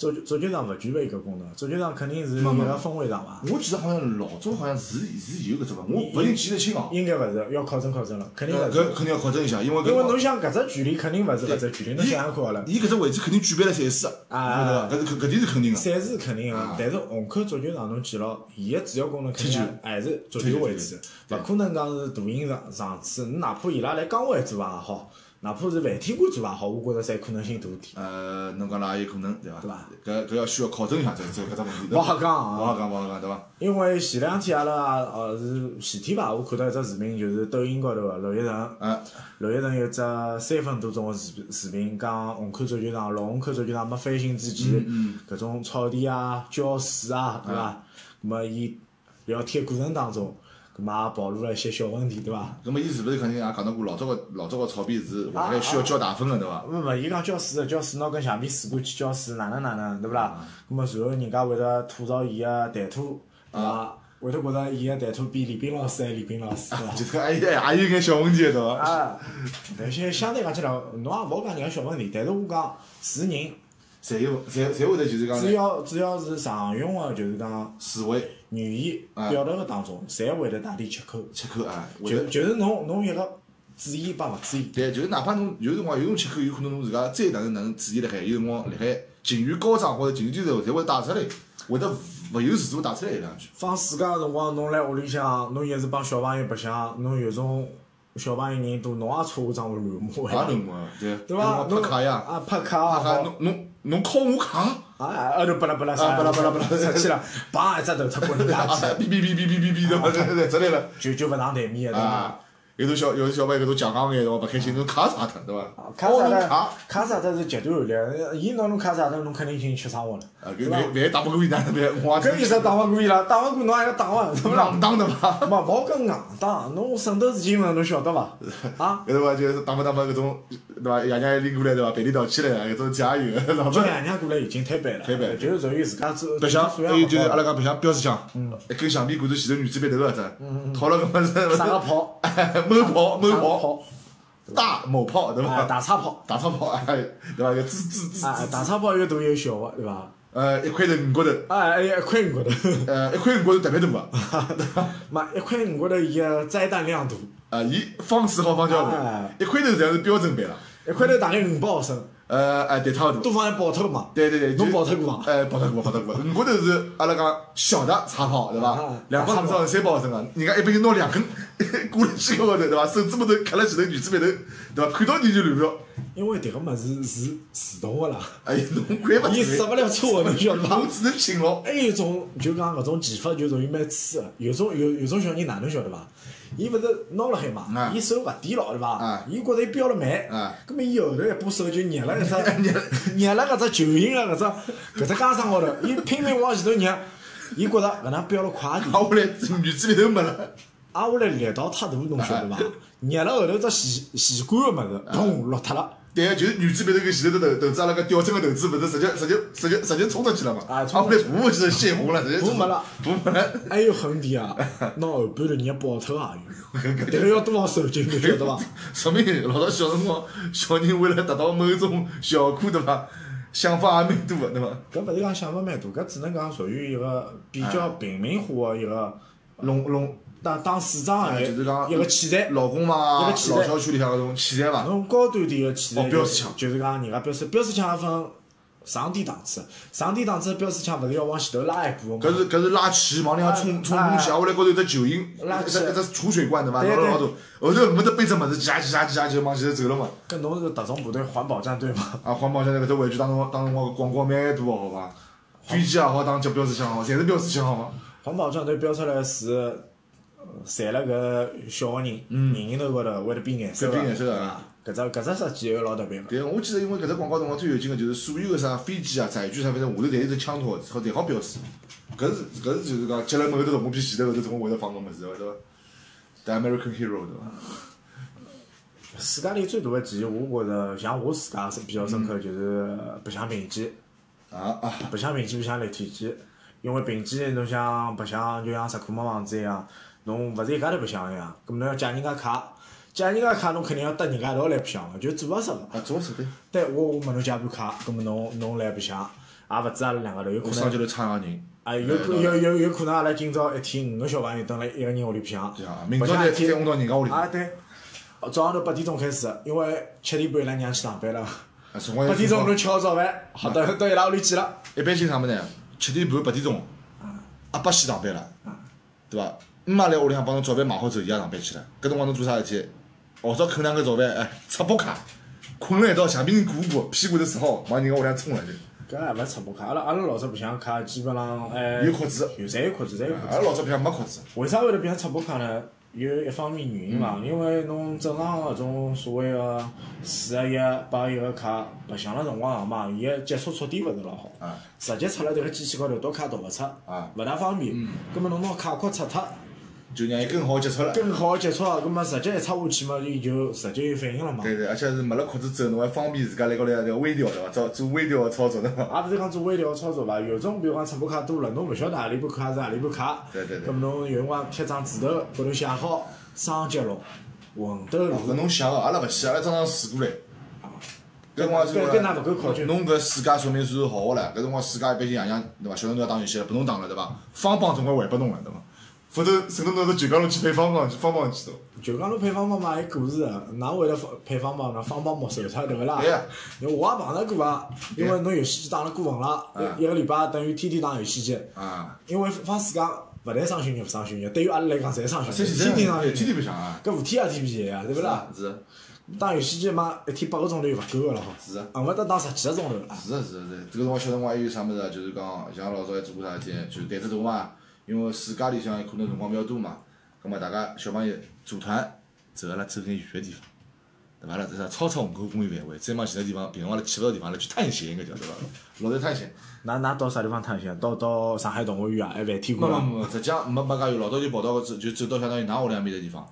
Speaker 2: 足球足球场勿具备搿功能，足球场肯定是一个氛围场伐？
Speaker 3: 我记得好像老早好像是是有搿只吧，我勿一定记得清哦。呃
Speaker 2: 应该勿是，要考证考证了，肯定
Speaker 3: 搿
Speaker 2: 勿
Speaker 3: 搿
Speaker 2: 是。
Speaker 3: 肯定要考证一下，因为搿
Speaker 2: 因为侬想搿只距离肯定勿是搿只距离，侬想想看好了，
Speaker 3: 伊搿只位置肯定举办了赛事啊，
Speaker 2: 啊
Speaker 3: 对伐？搿是搿搿点是肯定个。
Speaker 2: 赛事肯定个，但是虹口足球场侬记牢，伊个主要功能肯定
Speaker 3: 啊踢球
Speaker 2: 还是足球为主，勿可能讲是大型场场次，侬哪怕伊拉来江湾做也好，哪怕是万天馆做也好，我觉着侪可能性大点。
Speaker 3: 呃，侬讲啦也有可能，对伐？
Speaker 2: 对伐
Speaker 3: 搿搿要需要考证一下，这这搿只问题。对
Speaker 2: 勿
Speaker 3: 伐
Speaker 2: 好讲啊
Speaker 3: 勿好讲，勿好讲，对伐？
Speaker 2: 因为前两天阿拉呃是前天吧，我看到一只视频，就是抖音高头个娄艺晨，
Speaker 3: 啊，
Speaker 2: 娄艺晨有只三分多钟个视视频，讲虹口足球场，老虹口足球场没翻新之前，搿种草地啊、浇水啊，对伐？葛末伊聊天过程当中，葛末也暴露了一些小问题，对伐？
Speaker 3: 葛末伊是勿是肯定也讲到过老早个老早个草皮是活
Speaker 2: 啊
Speaker 3: 下来需要浇大分个，对伐？
Speaker 2: 勿勿，伊讲浇水，浇水拿跟橡皮水管去浇水，哪能哪能，对勿啦？葛末随后人家会得吐槽伊个谈吐，对伐？会得觉着伊个谈吐比李斌老师还李斌老师，对伐？
Speaker 3: 就是讲哎呀，也有眼小问题个，对伐？
Speaker 2: 啊，但是相对讲起来，侬也勿好讲人家小问题，但是我讲是人，
Speaker 3: 侪有侪侪会得就是
Speaker 2: 只
Speaker 3: 讲
Speaker 2: 要只要是常用个，就是讲
Speaker 3: 思维
Speaker 2: 语言表达个当中，侪会得带点切口。
Speaker 3: 切口啊，会
Speaker 2: 就
Speaker 3: 得
Speaker 2: 就是侬侬一个注意帮勿注意，
Speaker 3: 对，就是哪怕侬有辰光有种切口，有可能侬自家再哪能哪能注意辣海，有辰光辣海情绪高涨或者情绪低潮，侪会带出来，会得勿由自主带出来一两句。
Speaker 2: 放暑假个辰光，侬来屋里向，侬一是帮小朋友白相，侬有种小朋友人多，侬也搓过张乱麻
Speaker 3: 也
Speaker 2: 呀，
Speaker 3: 能嘛，啊对，
Speaker 2: 对伐？
Speaker 3: 侬
Speaker 2: 侬
Speaker 3: 拍卡呀，
Speaker 2: 啊拍卡
Speaker 3: 拍
Speaker 2: 啊，
Speaker 3: 卡，
Speaker 2: 好
Speaker 3: 侬侬侬敲我扛，
Speaker 2: 啊，后头巴拉巴拉啥，
Speaker 3: 啊巴拉巴拉巴拉
Speaker 2: 出去了，砰一只头脱滚人家
Speaker 3: 啊
Speaker 2: 去，
Speaker 3: 哔哔哔哔哔哔哔的，对对对，出来了
Speaker 2: 就就勿上台面个对伐？
Speaker 3: 啊。有种小有种小朋友搿种强硬眼，辰光勿开心，侬卡啥脱对伐？
Speaker 2: 卡
Speaker 3: 哦
Speaker 2: 萨
Speaker 3: 侬
Speaker 2: 特
Speaker 3: 卡，啊，
Speaker 2: 卡萨特是极端案例，伊拿侬卡萨特，侬肯定进去吃生活了，
Speaker 3: 搿
Speaker 2: 对伐？
Speaker 3: 万万打不过伊哪能办？我
Speaker 2: 搿
Speaker 3: 也真
Speaker 2: 有啥打勿过伊拉？打勿过侬还要打伐？是
Speaker 3: 侬
Speaker 2: 勿
Speaker 3: 浪
Speaker 2: 啦？
Speaker 3: 不当的伐？
Speaker 2: 嘛，勿好讲硬打，侬圣斗士星矢侬晓得 伐？啊，
Speaker 3: 搿辰光就是打不打不搿种对伐？爷娘一拎过来对伐？赔礼道歉来，搿种家有，老
Speaker 2: 叫
Speaker 3: 板。
Speaker 2: 爷娘过来已经摊板了，哎
Speaker 3: 摊板
Speaker 2: 就是属于自家做。
Speaker 3: 白相，还
Speaker 2: 做
Speaker 3: 有
Speaker 2: 样
Speaker 3: 哎就是
Speaker 2: 勿
Speaker 3: 阿
Speaker 2: 好嗯
Speaker 3: 拉讲白相标志枪，一根橡皮管住前头女子背头个只，套了搿么子，
Speaker 2: 啥个 炮，
Speaker 3: 某炮某
Speaker 2: 啥个
Speaker 3: 炮
Speaker 2: 炮，
Speaker 3: 大某炮对
Speaker 2: 啊，
Speaker 3: 伐？
Speaker 2: 大叉炮，
Speaker 3: 大长炮哎，对伐？搿支支支
Speaker 2: 啊，
Speaker 3: 支，
Speaker 2: 大叉炮有大有小啊个，对伐？
Speaker 3: 呃，一块头五角头，
Speaker 2: 啊，还有一块五 角头，
Speaker 3: 呃，一块五角头特别 大个，
Speaker 2: 嘛，一块五角头伊个载弹量大，
Speaker 3: 啊，伊方尺好方角
Speaker 2: 哎
Speaker 3: 头，一块头实际上是标准版了，
Speaker 2: 一块头大概五百毫升，
Speaker 3: 呃，哎，对，差勿多
Speaker 2: 都。放在爆头嘛。
Speaker 3: 对对对，
Speaker 2: 侬
Speaker 3: 就
Speaker 2: 跑脱过伐
Speaker 3: 哎，跑脱过，跑脱过。五角头是阿拉讲小的茶炮，对伐
Speaker 2: 啊？
Speaker 3: 两百五十毫升、三百毫升个，啊人家一般就拿两根 挂了前高头，对伐？手指拇头磕了前头，女指背头，对伐？看到你就乱标，
Speaker 2: 因为迭个物事是自动个 啦，
Speaker 3: 哎呀，侬管勿
Speaker 2: 伊刹
Speaker 3: 着，
Speaker 2: 勿了车个，侬晓得伐
Speaker 3: 侬？只能醒牢。
Speaker 2: 还有一种就讲搿种技法就属于蛮次个，有种有有种小人哪能晓得伐？伊勿是拿辣海嘛
Speaker 3: 啊，
Speaker 2: 伊手勿低牢对伐
Speaker 3: 啊？
Speaker 2: 伊觉着伊标了慢
Speaker 3: 啊，
Speaker 2: 葛末伊后头一把手就捏了搿只捏了搿只球形个搿只搿只杆上高头，伊拼命往前头捏，伊觉着搿能标了快点，
Speaker 3: 啊，下来女指背头没了，
Speaker 2: 挨下来力道太大，侬晓得伐？捏了后头只弦弦管个物事，砰落脱了。
Speaker 3: 对个，就是女指背头跟前头的头头子，阿拉个吊针个头子，勿是直接直接直接直接冲出去了嘛？
Speaker 2: 啊
Speaker 3: 啊，
Speaker 2: 冲
Speaker 3: 下
Speaker 2: 出
Speaker 3: 来
Speaker 2: 去
Speaker 3: 补回去是泄洪了，直接
Speaker 2: 补没了，
Speaker 3: 补没了。
Speaker 2: 还有狠点啊，拿后半头捏爆头也有，迭个要多少手劲，侬晓得伐？
Speaker 3: 说明老早小辰光，小人为了达到某种效果，对伐？想法也蛮多的，对伐？
Speaker 2: 搿勿是讲想法蛮大，搿只能讲属于一个比较
Speaker 3: 哎
Speaker 2: 平民化的一个
Speaker 3: 弄弄，
Speaker 2: 当当市场的
Speaker 3: 哎就是讲
Speaker 2: 一个器材。
Speaker 3: 老公嘛，
Speaker 2: 一
Speaker 3: 老
Speaker 2: 个器材
Speaker 3: 小区里向搿种器材伐？
Speaker 2: 侬高端点个器材
Speaker 3: 哦标志枪
Speaker 2: 就是讲人家标识标识枪也分上点档次，上点档次的标识枪勿是要往前头拉一步个
Speaker 3: 搿
Speaker 2: 嘛？
Speaker 3: 是搿是拉气往里向冲冲东西，下来高头有只球影，
Speaker 2: 啊拉
Speaker 3: 一
Speaker 2: 气
Speaker 3: 只一只储水罐对伐？
Speaker 2: 对
Speaker 3: 老
Speaker 2: 对
Speaker 3: 老大，后头没得背着物事，挤啊挤啊挤啊就往前头走了嘛。
Speaker 2: 搿侬是特种部队环保战队嘛？
Speaker 3: 啊，环保现在搿只玩具当中当中我广告蛮多个好伐？飞机也好，当脚标志枪好，侪是标志枪好伐？
Speaker 2: 环保战队标出来是，呃侪辣搿小个人
Speaker 3: 嗯
Speaker 2: 人人头高头会得变颜色
Speaker 3: 搿
Speaker 2: 个，
Speaker 3: 变颜色个啊。
Speaker 2: 搿只搿只设计还老特别个。
Speaker 3: 对，我记得因为搿只广告辰光最有劲个就是所有个啥飞机啊、载具啥，反正下头侪有只枪托，好侪好标示。搿是搿是就是讲接了某头动画片前头，后头总会得放搿物事，对伐？The American Hero 对伐？
Speaker 2: 世界里最大的记忆，我觉着像我自家是比较深刻，就是白相平机，
Speaker 3: 啊啊，
Speaker 2: 白相平机，白相立体机。因为平机侬像白相，就像石库门房子一样，侬勿是一家头白相个呀，咁侬要借人家卡，借人家卡侬肯定要搭人家一道来白相个，就做勿着个。
Speaker 3: 啊，总是对。
Speaker 2: 但我我问侬借盘卡，咁么侬侬来白相，也勿止阿拉两个头，有可
Speaker 3: 我上
Speaker 2: 能
Speaker 3: 级头差个人。
Speaker 2: 啊有可有有有可能阿拉今朝一天五个小朋友蹲辣一个人屋里白相
Speaker 3: 对啊，，明
Speaker 2: 白
Speaker 3: 朝
Speaker 2: 相
Speaker 3: 再
Speaker 2: 一天
Speaker 3: 再轰到人家屋里。
Speaker 2: 啊
Speaker 3: 啊，
Speaker 2: 对，早上头八点钟开始，因为七点半伊拉娘去上班了，
Speaker 3: 啊辰光
Speaker 2: 八
Speaker 3: 有
Speaker 2: 点钟侬吃好早饭，好到
Speaker 3: 哎
Speaker 2: 到伊拉屋里去了。
Speaker 3: 一般性啥物事呢？七点半八点钟，阿爸先上班了，对伐？姆妈来屋里向帮侬早饭买好之后，伊也上班去了。搿辰光侬做啥事体？号召啃两个早饭，哎，擦包卡，困了一道，橡皮人裹裹，屁股头擦好，往人家屋里向冲了就。
Speaker 2: 搿也勿出不卡，阿拉阿拉老早白相卡基本浪哎，
Speaker 3: 有壳子啊
Speaker 2: 有侪有壳子，侪有壳
Speaker 3: 阿拉
Speaker 2: 子。
Speaker 3: 老早白相没壳子，
Speaker 2: 为啥会得变成出不卡呢？有一方面原因
Speaker 3: 嗯
Speaker 2: 嘛，因为侬正常搿种所谓个四合一、八合一个卡白相了辰光长嘛，伊个接触触点勿是老好
Speaker 3: 啊，
Speaker 2: 直接出了迭个机器高头，倒卡倒勿出
Speaker 3: 啊，
Speaker 2: 勿大方便。葛末侬拿卡壳出脱，
Speaker 3: 就让伊更好接触了。
Speaker 2: 更好接触啊，葛末直接一插下去嘛，伊就直接有反应了嘛。
Speaker 3: 对对，而且是没了壳子之后，侬还方便自家来高头要微调对伐？做做微调的操作对伐？
Speaker 2: 也勿是讲做微调操作伐，有种比如讲出部卡多了，侬勿晓得何里部卡是何里部卡，
Speaker 3: 对对对
Speaker 2: 咁侬有辰光贴张纸头，高头写好双截龙、横斗
Speaker 3: 哦搿
Speaker 2: 路，
Speaker 3: 侬想个，阿拉勿去，阿拉装上试过来。搿辰光是
Speaker 2: 搿搿哪勿够考究
Speaker 3: 侬搿暑假说明书好学了，搿辰光暑假一般性爷娘对伐？小辰光打游戏了，拨侬打了对伐？方棒总归还拨侬了对伐？否则手头拿着全家拢去配方棒去方棒去对
Speaker 2: 就讲侬配方帮嘛有故事个，哪会得放配方帮呢？方帮没手脱对勿啦
Speaker 3: 对呀？
Speaker 2: 因为我也碰着过啊，因为侬游戏机打了过分了，一一个礼拜等于天天打游戏机，
Speaker 3: 伐？啊，
Speaker 2: 因为放暑假勿但伤心肉勿伤心肉，对于阿拉来讲侪伤心
Speaker 3: 这
Speaker 2: 肉，
Speaker 3: 是
Speaker 2: 天天伤
Speaker 3: 天
Speaker 2: 心肉，
Speaker 3: 天白相啊，
Speaker 2: 搿天也天皮呀，对勿啦？
Speaker 3: 是啊
Speaker 2: 打游戏机嘛，一天八个钟头又勿够个了吼，
Speaker 3: 是啊
Speaker 2: 恨勿得打十几个钟头啦。
Speaker 3: 是啊是啊是啊，这个辰光小辰光还有啥物事啊？就是讲像老早还做过啥事体，就是胆子大嘛，因为暑假里向可能辰光比较多嘛，葛末大家小朋友组团走阿拉走眼远个地方，对伐？阿拉啥操操虹口公园范围，再往其他地方，平常阿拉去勿到地方，阿拉去探险应该叫对伐？老在探险。
Speaker 2: 那那到啥地方探险？到到上海动物园啊，还梵天
Speaker 3: 没
Speaker 2: 馆
Speaker 3: 没
Speaker 2: 啊，
Speaker 3: 没，浙江没没介远，老早就跑到走就走到相当于㑚屋里向面的地方，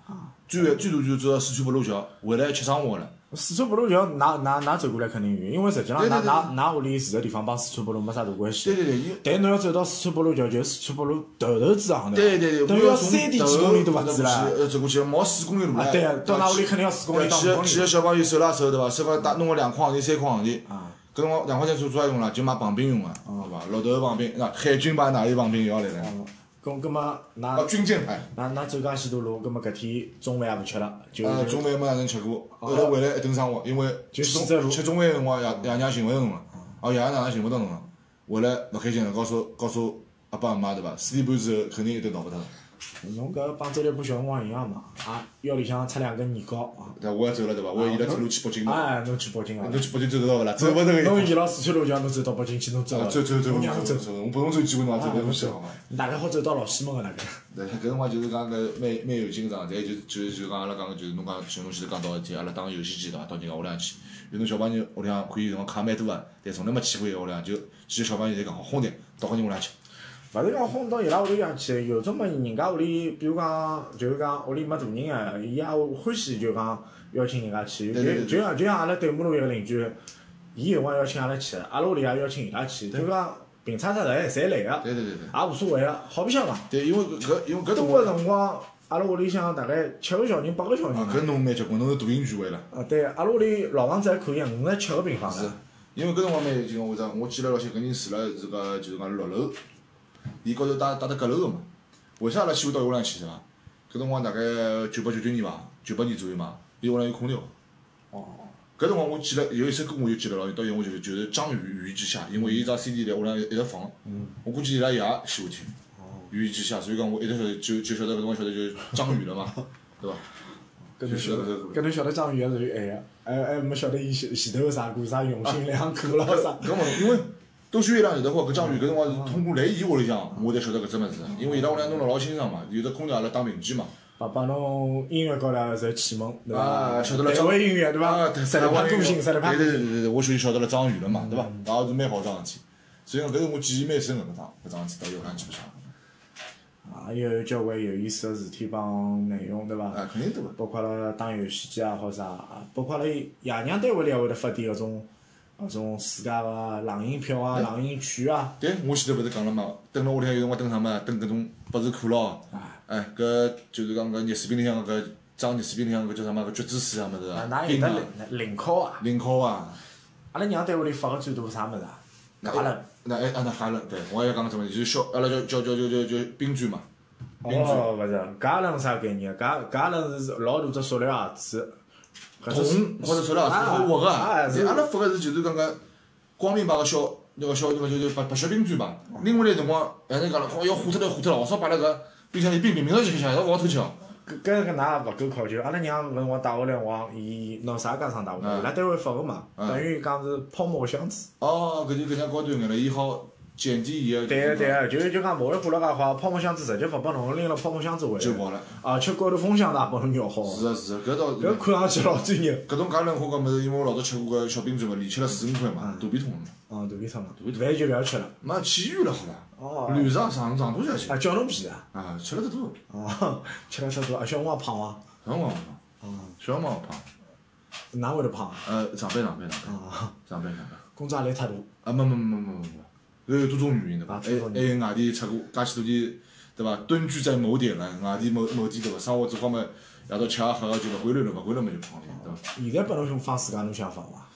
Speaker 3: 最远最多就走到四川北路桥，回来要吃生活了。
Speaker 2: 四川北路桥，㑚㑚㑚走过来肯定远，因为实际上
Speaker 3: 对对
Speaker 2: 㑚
Speaker 3: 对
Speaker 2: 㑚㑚屋里住个地方帮四川北路没啥大关系。
Speaker 3: 对对对，因为
Speaker 2: 但侬要走到四川北路桥，就是四川北路头头之行的，
Speaker 3: 对对对，
Speaker 2: 等于
Speaker 3: 我
Speaker 2: 要
Speaker 3: 从
Speaker 2: 三点
Speaker 3: 头
Speaker 2: 几公里都勿止了。
Speaker 3: 呃，走过去毛四公里路
Speaker 2: 啊
Speaker 3: 了。
Speaker 2: 对啊到㑚屋里肯定要四公里
Speaker 3: 对
Speaker 2: 到五
Speaker 3: 几个
Speaker 2: 公里
Speaker 3: 几个小朋友手拉手对伐？手高打弄个两块行钿、三块行钿。
Speaker 2: 啊。哦
Speaker 3: 搿辰光两块钱做做啥用啦？就买棒冰用个，好伐？绿豆棒冰，那海军牌哪有棒冰也要来了？
Speaker 2: 咁咁啊么，
Speaker 3: 哦，
Speaker 2: 㑚
Speaker 3: 军舰牌。
Speaker 2: 㑚㑚走介许多路，咁啊么搿天中饭也勿吃了，就
Speaker 3: 呃，
Speaker 2: 就
Speaker 3: 中饭没哪能吃过，后来回来一顿生活，因为
Speaker 2: 哦就
Speaker 3: 吃
Speaker 2: 死在路嗯
Speaker 3: 中吃中饭的辰光，爷爷娘寻勿着侬了，哦，爷爷奶奶寻勿着侬了，回来勿开心了，告诉告诉阿爸阿妈对伐？四点半之后肯定一顿逃勿脱了，
Speaker 2: 侬搿帮周立波小辰光一样嘛，啊，腰里向插两根年糕啊，
Speaker 3: 对伐？我也走了对伐？我伊拉走路去北京了，
Speaker 2: 哎，侬去北京啊？
Speaker 3: 侬去北京走得到勿啦？走勿得
Speaker 2: 侬
Speaker 3: 个。
Speaker 2: 沿牢四川路桥，侬走到北京去，侬走
Speaker 3: 啊
Speaker 2: 了，
Speaker 3: 走走走，
Speaker 2: 侬
Speaker 3: 我
Speaker 2: 娘走哎
Speaker 3: 走，走，我本来走几个侬也走勿去好伐？
Speaker 2: 哪个好走到老西门个哪个？
Speaker 3: 对，搿辰光就是讲搿蛮蛮有劲个状态，就就就讲阿拉讲个就是侬讲像侬前头讲到个事体，阿拉打个游戏机对伐？到人家屋里向去，有侬小朋友屋里向可以辰光卡蛮多个，但从来没去过伊个屋里向，就几个小朋友侪讲好轰的，到搿人屋里向去。
Speaker 2: 勿是讲轰到伊拉屋里向去，有种么人家屋里，比如讲，就是讲屋里没大人啊个，伊也欢喜就讲邀请人家去，
Speaker 3: 对对
Speaker 2: 就
Speaker 3: 对
Speaker 2: 就像就像阿拉对马路一个邻居，伊有辰光邀请阿拉去，阿拉屋里也邀请伊拉去，就讲平叉叉来，侪来个，
Speaker 3: 对对对对。
Speaker 2: 也无所谓个，啊好白相嘛。
Speaker 3: 对，因为搿因为搿辰
Speaker 2: 多
Speaker 3: 光
Speaker 2: 个辰光，阿拉屋里向大概七个小人、八个小人
Speaker 3: 啊，
Speaker 2: 嘛。
Speaker 3: 搿侬蛮结棍，侬是大型聚会了。
Speaker 2: 啊，对，阿拉屋里老房子还可以，五十七个平方啊
Speaker 3: 是
Speaker 2: 的。，
Speaker 3: 因为搿辰光蛮有劲个，我讲我记得老些搿人住了是个就是讲六楼，伊高头带带得阁楼个嘛。为啥阿拉喜欢到伊屋里向去是伐？搿辰光大概九八九九年伐，九八年左右嘛，伊屋里向有空调。
Speaker 2: 哦，
Speaker 3: 搿辰光我记得有一首歌，我就记得牢，到现在我就就是张宇《雨之下》，因为伊一张 CD 在屋里向一直放，我估计伊拉爷喜欢听《雨之下》，所以讲我一直晓得就就晓得搿辰光晓得就是张宇了嘛，对伐？
Speaker 2: 搿侬晓得
Speaker 3: 就晓得搿，
Speaker 2: 搿侬晓得张宇也属于爱个，还还没晓得伊前前头有啥歌，啥用心良苦咯 啥。
Speaker 3: 搿么因为都是月亮有的话，搿张宇搿辰
Speaker 2: 嗯
Speaker 3: 光是通过来伊屋里向，我才晓得搿只物事，因为伊拉屋里向弄了老清爽嘛，有的空调阿拉打民居嘛，
Speaker 2: 啊，帮侬音乐高头受启蒙，对伐？
Speaker 3: 啊，晓得了
Speaker 2: 台
Speaker 3: 张
Speaker 2: 湾音乐对伐
Speaker 3: 啊？对
Speaker 2: 十
Speaker 3: 台
Speaker 2: 六
Speaker 3: 湾
Speaker 2: 派
Speaker 3: 音乐
Speaker 2: 个性，十嗯六派
Speaker 3: 对对对对对，我就晓得了张宇了嘛，对伐？也是蛮好桩事体，所以讲搿是我记忆蛮深个搿桩搿桩事体，到现在记不上。
Speaker 2: 啊，有交关有意思个事体帮内容，对伐？
Speaker 3: 啊，肯定对伐？
Speaker 2: 包括阿拉打游戏机也好啥，啊包括阿拉爷娘单位里也会得发点搿种搿种自家个冷饮票
Speaker 3: 嗯
Speaker 2: 啊、冷饮券啊。
Speaker 3: 对，我前头勿是讲了嘛，蹲辣屋里向有辰光蹲啥嘛，蹲搿种百事可乐，
Speaker 2: 啊
Speaker 3: 哎，搿就是讲搿热水瓶里向搿装热水瓶里向搿叫啥嘛，搿橘子水啥物事
Speaker 2: 啊，
Speaker 3: 啊，
Speaker 2: 㑚有
Speaker 3: 冰
Speaker 2: 得
Speaker 3: 啊，
Speaker 2: 领领考啊？
Speaker 3: 零烤啊，
Speaker 2: 阿拉娘单位里发个最多啥物事啊？
Speaker 3: 那
Speaker 2: 哈了，
Speaker 3: 那哎啊那哈了，对，我也要讲搿种物事，就是小阿拉叫叫叫叫叫叫冰锥嘛，冰锥，
Speaker 2: 哦，勿是，搿阿拉是啥概念？搿搿阿拉是老大只塑料盒子，搿只啊是
Speaker 3: 桶或者塑料
Speaker 2: 啊
Speaker 3: 盒子或
Speaker 2: 啊
Speaker 3: 个，
Speaker 2: 是
Speaker 3: 对，阿拉发个是就是讲个光明牌个小那个小那个就是白白雪冰锥嘛，
Speaker 2: 哦
Speaker 3: 拎回来辰光，哎人讲了，好要化脱了化脱了，老早摆辣搿冰箱里冰冰，明朝就开抢，勿好偷吃哦。
Speaker 2: 搿搿个㑚勿够考究。阿拉娘搿辰光带回来辰光，伊拿啥家常带回
Speaker 3: 啊
Speaker 2: 来？伊拉单位发个嘛，等于讲是泡沫个箱子。
Speaker 3: 哦，搿就更加高端眼了，伊好减低伊个。
Speaker 2: 对个对。啊
Speaker 3: 嗯
Speaker 2: 个，就是就讲勿会化了介好，泡沫箱子直接勿拨侬，拎了泡沫箱子回
Speaker 3: 就
Speaker 2: 来，
Speaker 3: 跑了。
Speaker 2: 而且高头风箱也帮侬摇好。
Speaker 3: 是啊是啊，搿倒
Speaker 2: 搿
Speaker 3: 是。
Speaker 2: 看上去老专业。
Speaker 3: 搿种介冷酷个物事，因为我老早吃过搿小冰锥嘛，连吃了四五块嘛，肚皮痛了。
Speaker 2: 哦，肚皮痛了，饭就勿要吃了。
Speaker 3: 妈去医院了好
Speaker 2: 哦
Speaker 3: 伐？乱上上上大下去
Speaker 2: 啊，。叫侬皮啊！
Speaker 3: 啊，吃了得多，
Speaker 2: 哦，吃了吃多，啊，小辰光胖伐？
Speaker 3: 小辰光胖，小辰光胖，
Speaker 2: 哪会得胖啊？
Speaker 3: 呃，上班上班上班
Speaker 2: 啊，
Speaker 3: 上班上班，
Speaker 2: 工作压力太大。
Speaker 3: 啊，没没没没没没，搿有多种原因对伐？
Speaker 2: 啊
Speaker 3: 还
Speaker 2: 多种
Speaker 3: 还有外地出过，介许多天对伐？蹲居在某点了，外地某某地对伐？生活这方面，夜到吃啊喝啊就勿规律了，勿规律嘛就胖了，对伐？
Speaker 2: 现在拨侬想放自家，侬想放伐？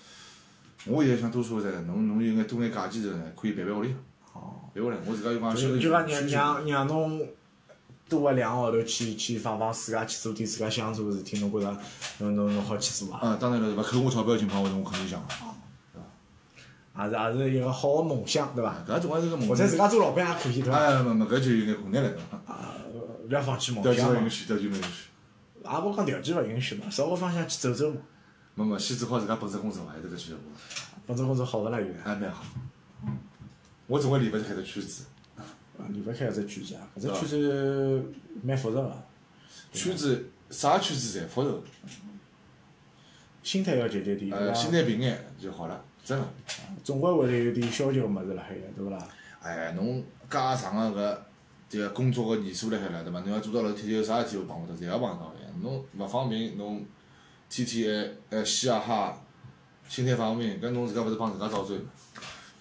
Speaker 3: 我现在想多说噻，侬侬有眼多眼假期之后呢，可以陪陪屋里向。
Speaker 2: 哦，
Speaker 3: 陪屋里向，我自家就讲休
Speaker 2: 就
Speaker 3: 息
Speaker 2: 就讲让
Speaker 3: 休息
Speaker 2: 让让侬多个两个号头去去放放自家，去做点自家想做个事体，侬觉着侬侬侬好去做伐？
Speaker 3: 啊，当然了，勿扣我钞票的情况下头，我肯定想啊。
Speaker 2: 也是也是一个好个梦想，对伐？
Speaker 3: 搿总归是个梦
Speaker 2: 或者自
Speaker 3: 想。
Speaker 2: 家做老板也可以，对伐？
Speaker 3: 哎，没没，搿就有眼困难了，对伐？
Speaker 2: 勿要放弃梦
Speaker 3: 条件
Speaker 2: 想
Speaker 3: 勿
Speaker 2: 嘛
Speaker 3: 允，许，条件勿允许。
Speaker 2: 也勿讲条件勿允许嘛，朝个方向去走走嘛。
Speaker 3: 没没，先做好自家本职工作伐，还是搿俱乐部，
Speaker 2: 本职工作好勿啦？现在
Speaker 3: 还蛮好。哎我总归离勿开搿圈子，
Speaker 2: 啊离勿开搿只圈子啊，搿只圈子蛮复杂个。
Speaker 3: 圈子啥圈子侪复仇，
Speaker 2: 心态要积极点，对
Speaker 3: 呃，
Speaker 2: 伐？
Speaker 3: 心态平安就好了，真的。
Speaker 2: 总归会得有点消极个物事辣海个，对勿啦？
Speaker 3: 哎，侬介长个搿迭个工作个年数辣海了，对伐？侬要做到了天天有啥事体会碰到，侪要碰到个。侬勿放平，侬天天还还嘻啊哈，心态放勿平，搿侬自家勿是帮自家找罪吗？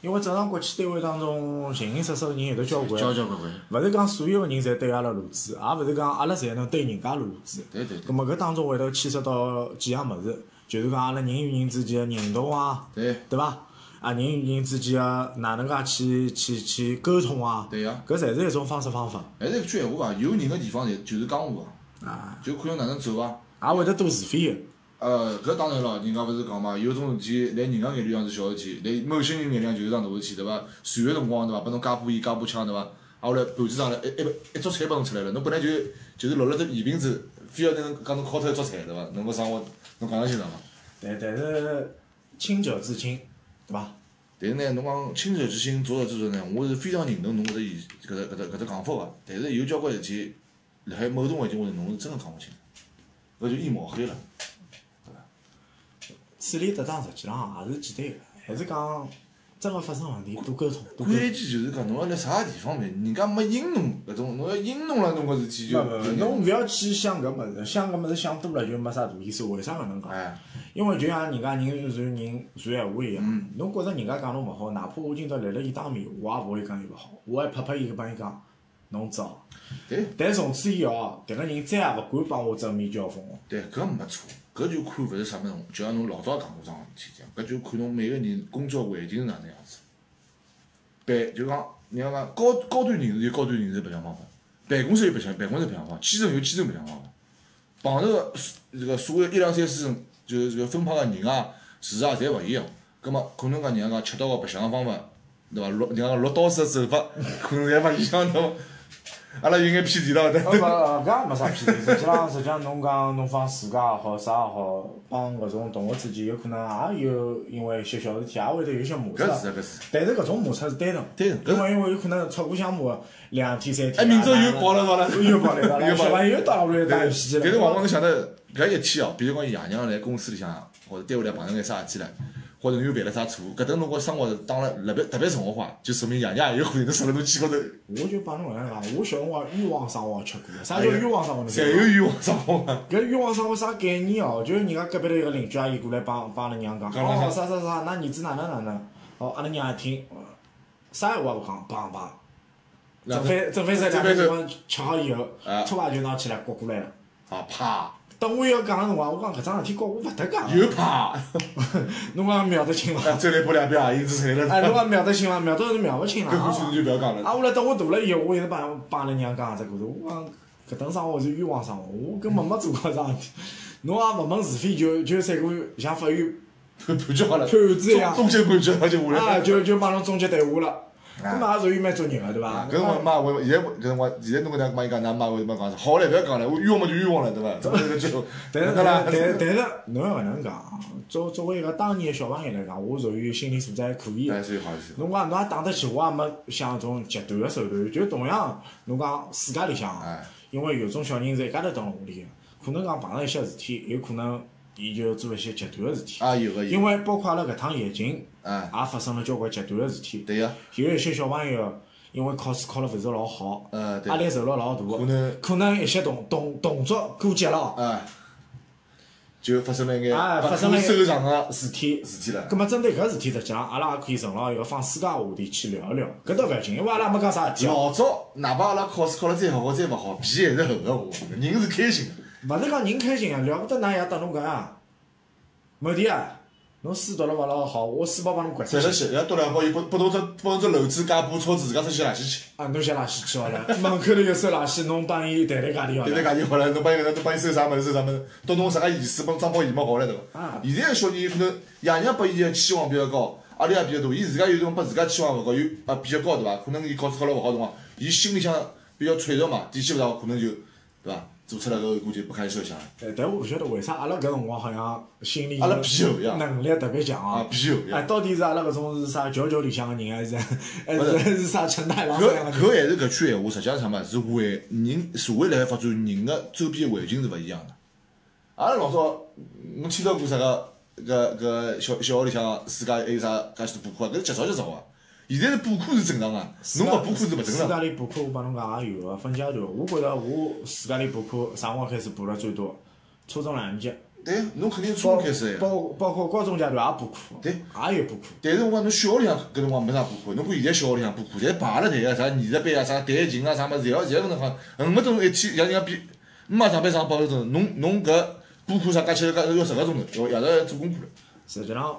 Speaker 2: 因为正常国企单位当中，形形色色个人有得交关，
Speaker 3: 交交关关。
Speaker 2: 勿是讲所有个人侪对阿拉如此，也勿是讲阿拉侪能对人家如此。
Speaker 3: 对对对
Speaker 2: 葛末搿当中会得牵涉到几样物事，就是讲阿拉人与人之间个认同啊，
Speaker 3: 对
Speaker 2: 对伐？啊，人与人之间个哪能介去去去沟通啊？
Speaker 3: 对呀
Speaker 2: 搿侪是一种方式方法，
Speaker 3: 还是一句闲话伐，有人个地方就就是江湖啊，就看侬哪能走伐。
Speaker 2: 也会得多是非个。
Speaker 3: 呃，搿当然了，人家勿是讲嘛，有种事体，辣人家眼里向是小事体，辣某些人眼里向就是桩大事体，对伐？传个辰光对伐？拨侬加把盐加把枪对伐？啊，后来盘子上来一一一桌菜拨侬出来了，侬本来就就是落了只盐瓶子，非要能讲侬敲脱一桌菜对伐？侬搿生活侬讲得清爽伐？
Speaker 2: 但但是清者自清，对伐？
Speaker 3: 但是呢，侬讲清者之心，浊者之浊呢，我是非常认同侬搿只意搿只搿只搿只讲法个。但是有交关事体，辣海某种环境下头，侬是真个讲勿清，搿就一抹黑了。
Speaker 2: 处理得当，实际上也是简单个，还是讲真个发生问题多沟通，多沟
Speaker 3: 关
Speaker 2: 通。
Speaker 3: 键就是讲，侬要辣啥地方办，人家没应侬搿种，侬要应侬了，侬搿事体就
Speaker 2: 不不，侬勿要去想搿物事，想搿物事想多了就没啥大意思。为啥搿能讲？
Speaker 3: 哎，
Speaker 2: 因为就像人家人传人传闲话一样，
Speaker 3: 嗯
Speaker 2: 侬觉着人家讲侬勿好，哪怕我今朝立辣伊当面，我也勿会讲伊勿好，我还拍拍伊去帮伊讲，侬糟。
Speaker 3: 对
Speaker 2: 但从此以后，啊迭个人再也勿敢帮我正面交锋了。
Speaker 3: 对，搿没错，搿就看勿是啥物事，就像侬老早讲过桩事体一样，搿就看侬每个人工作环境是哪能样子。办就讲，人家讲高高端人士有高端人士白相方法，办公室有白相办公室白相方法，基层有基层白相方法。碰着个这个所谓一两三四层，就是这个分派个人啊、事啊，侪勿一样。葛末可能讲人家讲吃到个白相个方法，对伐？落人家讲落刀子个手法， 可能侪勿一样，对伐？阿拉有眼偏题了，对
Speaker 2: 勿勿，搿也没啥偏见。实际上，实际上，侬讲侬放暑假也好，啥也好，帮搿种同学之间，有可能也有因为一些小事体，也会得有一些摩擦。
Speaker 3: 搿是啊搿是。
Speaker 2: 但是搿种摩擦是单纯，
Speaker 3: 单纯搿
Speaker 2: 因为因为有可能吵过相骂两天三天。
Speaker 3: 哎，明朝又爆了，是伐啦？
Speaker 2: 又爆来了， 哎
Speaker 3: 又爆
Speaker 2: 小
Speaker 3: 了。
Speaker 2: 朋友又打不来打
Speaker 3: 但
Speaker 2: 脾气
Speaker 3: 是
Speaker 2: 了。
Speaker 3: 往往侬想得搿一天哦，比如讲爷娘来公司里向或者单位里碰着眼啥事体了，或者侬又犯了啥错，搿等侬个生活是当了特别特别重个化，就说明爷娘也有可能侬杀了侬肩高头，
Speaker 2: 我就帮侬搿能讲，我小辰光欲望生活吃过，啥叫欲望生活呢？
Speaker 3: 哎侪有欲望生活啊。
Speaker 2: 搿欲望生活啥概念哦？就是人家隔壁头一个邻居阿姨过来帮帮阿拉娘讲，
Speaker 3: 讲了啥
Speaker 2: 哦啥啥啥，㑚儿子哪能哪能？哦，阿拉娘一听，呃啥闲话也勿讲，梆梆，
Speaker 3: 然
Speaker 2: 正
Speaker 3: 后
Speaker 2: 反正反手两
Speaker 3: 正反
Speaker 2: 个
Speaker 3: 手
Speaker 2: 地方吃好以后
Speaker 3: 啊，
Speaker 2: 拖鞋就拿起来刮过来了。
Speaker 3: 啊啪，
Speaker 2: 等我要讲个辰光，我讲搿桩事体告我勿搭界哦，
Speaker 3: 又啪，
Speaker 2: 侬讲瞄得清伐？
Speaker 3: 再来拨两遍啊，一直踩
Speaker 2: 哎，侬
Speaker 3: 了。
Speaker 2: 讲瞄得清伐？瞄到是瞄勿清啦。
Speaker 3: 搿故事
Speaker 2: 啊
Speaker 3: 侬就勿要讲
Speaker 2: 啊，
Speaker 3: 了。
Speaker 2: 后来等我大了以后，我一直帮帮阿拉娘讲搿只故事。我讲搿等生活是冤枉生活，我根本没做过啥事体。侬也勿问是非，就就三个像法院
Speaker 3: 判判决好了，
Speaker 2: 判决一样
Speaker 3: 终结判决好就下来
Speaker 2: 啊，
Speaker 3: 了。
Speaker 2: 就就帮侬终结对话了。咁嘛也属于蛮做人个对伐？
Speaker 3: 啊搿辰光妈，我现在搿辰光，现在侬搿能帮伊讲，㑚妈为什么讲？好了，勿要讲了，我欲望嘛就欲望了，对伐？怎么就就？
Speaker 2: 但是
Speaker 3: 对
Speaker 2: 但
Speaker 3: 啦
Speaker 2: 但但是侬要搿能讲啊，作作为一个当年个小朋友来讲，我属于心理素质还可以
Speaker 3: 哎，
Speaker 2: 个。
Speaker 3: 所以好意思。
Speaker 2: 侬讲侬也打得起，我也没像搿种极端个手段，就同样侬讲世界里向啊
Speaker 3: 哎，
Speaker 2: 因为有种小人是一家头蹲辣屋里个，可能讲碰着一些事体，有可能伊就做一些极端个事体。
Speaker 3: 啊，有个有
Speaker 2: 因
Speaker 3: 个，
Speaker 2: 为包括阿拉搿趟疫情，也
Speaker 3: 哎，
Speaker 2: 发生了交关极端个事体。
Speaker 3: 对呀，
Speaker 2: 有一些小朋友因为考试考了勿是老好，
Speaker 3: 呃对
Speaker 2: 压力受了老大，
Speaker 3: 可能
Speaker 2: 可能一些动动动作过激了，
Speaker 3: 哎，就发生了一眼
Speaker 2: 啊
Speaker 3: 不
Speaker 2: 发生了
Speaker 3: 可收场个
Speaker 2: 事体。
Speaker 3: 事体了
Speaker 2: 葛。末针对搿事体，实际上阿拉也可以趁牢一个放暑假个话题去聊一聊，搿倒勿要紧，因为阿拉没讲啥事体哦。
Speaker 3: 老早哪怕阿拉考试考了再好再勿好，皮还是厚个我，人是开心的。
Speaker 2: 勿是讲人开心啊，聊勿得㑚爷搭侬讲啊，某弟啊，侬书读了勿老好，我书包帮侬掼出
Speaker 3: 赚了
Speaker 2: 去，
Speaker 3: 钱，要多两包，伊拨拨侬只拨侬只篓子加把车子，自家出去垃圾去。
Speaker 2: 啊，侬捡垃圾去好 了，门口头有收垃圾，侬帮伊抬抬价钿好
Speaker 3: 对
Speaker 2: 了
Speaker 3: 对，。家就好了，侬帮伊搿能，侬帮伊收啥物事收啥物事，到侬自家意思帮装包伊没好了对
Speaker 2: 啊
Speaker 3: 伐？现在个小人有可能爷娘拨伊个期望比较高，压力也比较大，伊自家有辰光拨自家期望勿高，有啊比较高对伐？可能伊考试考了勿好辰光，伊心里向比较脆弱嘛，底气勿大，可能就对伐？做出来搿个估计不堪设想
Speaker 2: 哎，但我勿晓得为啥阿拉搿辰光好像心理
Speaker 3: 阿拉皮厚呀
Speaker 2: 能力特别强
Speaker 3: 啊
Speaker 2: 啊，！
Speaker 3: 皮厚
Speaker 2: 哎，
Speaker 3: 呀！
Speaker 2: 到底是阿拉搿种是啥九九里向个人， 还是还
Speaker 3: 不是
Speaker 2: 是还是啥陈太郎
Speaker 3: 搿
Speaker 2: 这样的
Speaker 3: 搿
Speaker 2: 人？
Speaker 3: 还是搿句闲话，实际上是啥嘛？是环人社会辣海发展，人个周边环境是勿一样的。阿拉老早侬听到过啥个搿搿小小学里向自家还有啥介许多补课啊？搿是极少极少个。现在是补课是正常个，啊侬勿补课是勿正
Speaker 2: 自
Speaker 3: 常
Speaker 2: 家
Speaker 3: 的。
Speaker 2: 里补课，我帮侬讲也有个分阶段。我觉着我自家里补课，啥辰光开始补了最多？初中两年级，
Speaker 3: 对，哎侬肯定是初
Speaker 2: 包
Speaker 3: 中开始个呀。
Speaker 2: 包包括高中阶段也补课，
Speaker 3: 对
Speaker 2: 也有补课。
Speaker 3: 但是我讲侬小学里向搿辰光没啥补课，侬看现在小学里向补课，侪排了队个，啥艺术班啊、啥弹琴啊、啥物事，侪要侪要搿能嗯放，恨不得侬一天像人家比，妈上班上八个钟头，侬侬搿补课啥加起来搿要十个钟头，要夜到做功课了，
Speaker 2: 实际上，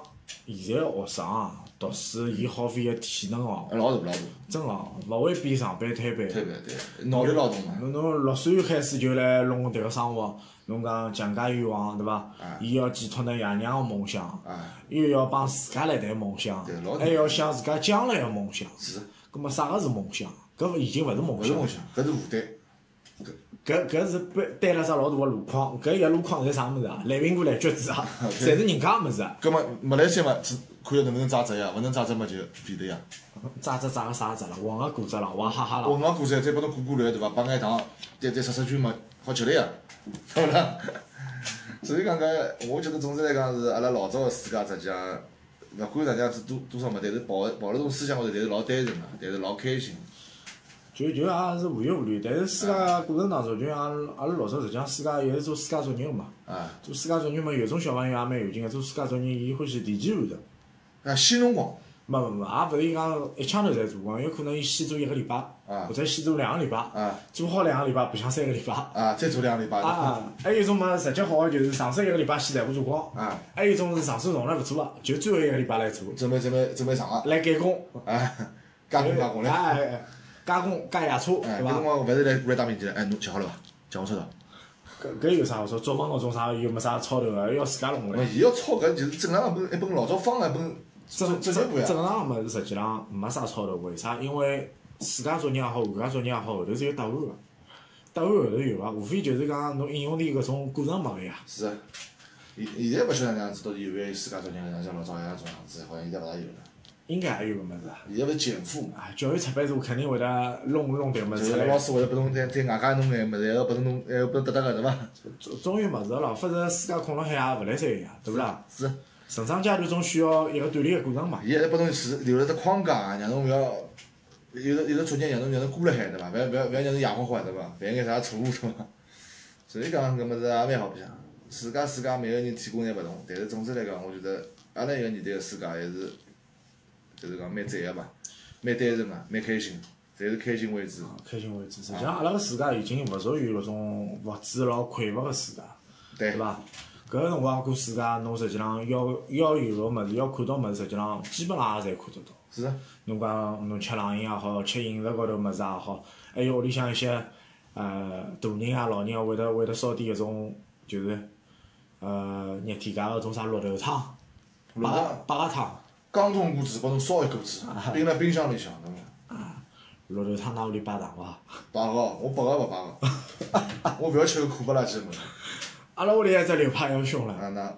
Speaker 2: 现在学生啊读书，伊耗费个体能哦，
Speaker 3: 老大老大，
Speaker 2: 真个勿会比上班摊班。
Speaker 3: 对对对，嗯脑力劳动嘛，
Speaker 2: 侬侬六岁开始就来弄迭个生活，侬讲强家有望对伐？
Speaker 3: 啊
Speaker 2: 伊要寄托㑚爷娘个梦想，又要帮自家来谈梦想
Speaker 3: 对老，
Speaker 2: 还要想自家将来个梦想。
Speaker 3: 是，
Speaker 2: 葛末啥个是梦想？搿已经勿是梦
Speaker 3: 勿是
Speaker 2: 想
Speaker 3: 梦，想，搿是负担。
Speaker 2: 搿搿是背担了只老大个箩筐，搿一个箩筐侪啥物事啊？蓝苹果、蓝橘子 啊，侪是人家个物事啊。
Speaker 3: 葛末没来三嘛，只看能不能扎只呀，勿能扎只嘛就肥的呀。
Speaker 2: 榨汁榨个啥汁了？黄个果汁了，哇哈哈了
Speaker 3: 我。讲过噻，再拨侬过过来对伐？摆眼糖，再再杀杀菌嘛， 好吃力呀，对勿啦？所以讲搿，我觉得总之来讲是阿拉老早个世界，实际上勿管哪能样子多多少嘛，但是跑跑了种思想高头，但是老单纯个，但是老开心。
Speaker 2: 就就也是无忧无虑，但是自家过程当中，就像阿拉阿拉老早实际上自家也是做自家作业个嘛。
Speaker 3: 啊，
Speaker 2: 做自家作业嘛，有种小朋友也蛮有劲个，做自家作业伊欢喜提前完成。
Speaker 3: 啊，新辰光，
Speaker 2: 没没没，也勿是讲一腔头侪做光，有可能伊先做一个礼拜，或者先做两个礼拜
Speaker 3: 啊，
Speaker 2: 做好两个礼拜白相三个礼拜。
Speaker 3: 啊，再做两个礼拜。
Speaker 2: 啊，还有一种嘛，实际好个就是上手一个礼拜先全部做光，
Speaker 3: 啊
Speaker 2: 还有一种是上手从来勿做个，就最后一个礼拜来做，
Speaker 3: 准备准备准备上啊，
Speaker 2: 来改工，
Speaker 3: 啊，加工加工嘞。
Speaker 2: 哎哎哎，加工加夜车，
Speaker 3: 哎，
Speaker 2: 对
Speaker 3: 搿辰
Speaker 2: 伐？
Speaker 3: 光勿是来过来打面筋了，哎，侬吃好了伐？吃好吃了。
Speaker 2: 哎搿搿有啥好说？作文搿种啥又没啥操头个，要自家弄个
Speaker 3: 咾。伊要抄搿就是正常一本一本老早放个一本
Speaker 2: 正
Speaker 3: 正正确部
Speaker 2: 正
Speaker 3: 呀。
Speaker 2: 常个物事实际浪没啥操头，为啥？因为自家作业也好，搿家作业也好，后头是有答案个，答案后头有个，啊无非就是讲侬应用点搿种过程没个呀。
Speaker 3: 是啊，现现在勿晓得哪能样子，到底有没有世界作业像像老早一样种样子，好像现在勿大有了。
Speaker 2: 应该还有个物事啊。
Speaker 3: 现在勿是减负嘛，
Speaker 2: 啊，教育出版社肯定会得弄弄迭物
Speaker 3: 就
Speaker 2: 事出
Speaker 3: 是
Speaker 2: 来
Speaker 3: 老。师会得拨侬再再外加弄眼物事，还要拨侬弄，还要拨侬搭搭个对伐？
Speaker 2: 终终于物事了，否则世界困辣海也勿来三个呀，对勿啦？
Speaker 3: 是，
Speaker 2: 成长阶段总需要一个锻炼个过程嘛。
Speaker 3: 伊还拨侬是留了只框架，让侬勿要有的有的作业让侬让侬过辣海对伐？勿要勿要勿要让侬野花花对伐？犯眼啥错误对伐？ 所以讲搿物事也蛮好白相。世界世界每个人提供侪勿同，但是总之来讲，我觉得阿拉一个年代个世界还是，就是讲蛮赞个嘛，蛮单纯个，蛮开心，侪是开心为主。
Speaker 2: 开心为主。实际上，阿拉个世界已经勿属于搿种物质老匮乏个世界，
Speaker 3: 对
Speaker 2: 对伐？搿个辰光过世界，侬实际上要要有个物事，要看到物事，实际上基本上也侪看得到。
Speaker 3: 是啊，
Speaker 2: 侬讲侬吃冷饮也好，吃饮食高头物事也好，还有屋里向一些呃大人啊、老人啊，会得会得烧点搿种就是呃热天家搿种啥绿豆汤、
Speaker 3: 绿
Speaker 2: 白
Speaker 3: 豆
Speaker 2: 白鸭汤。
Speaker 3: 刚种果子帮侬烧一锅子，冰辣冰箱里向，侬
Speaker 2: 绿豆汤㑚屋里摆糖伐？
Speaker 3: 摆个，我摆个勿摆个，我 勿要吃个苦不拉几个物事。
Speaker 2: 阿拉屋里还有只流派要凶了，
Speaker 3: 啊那。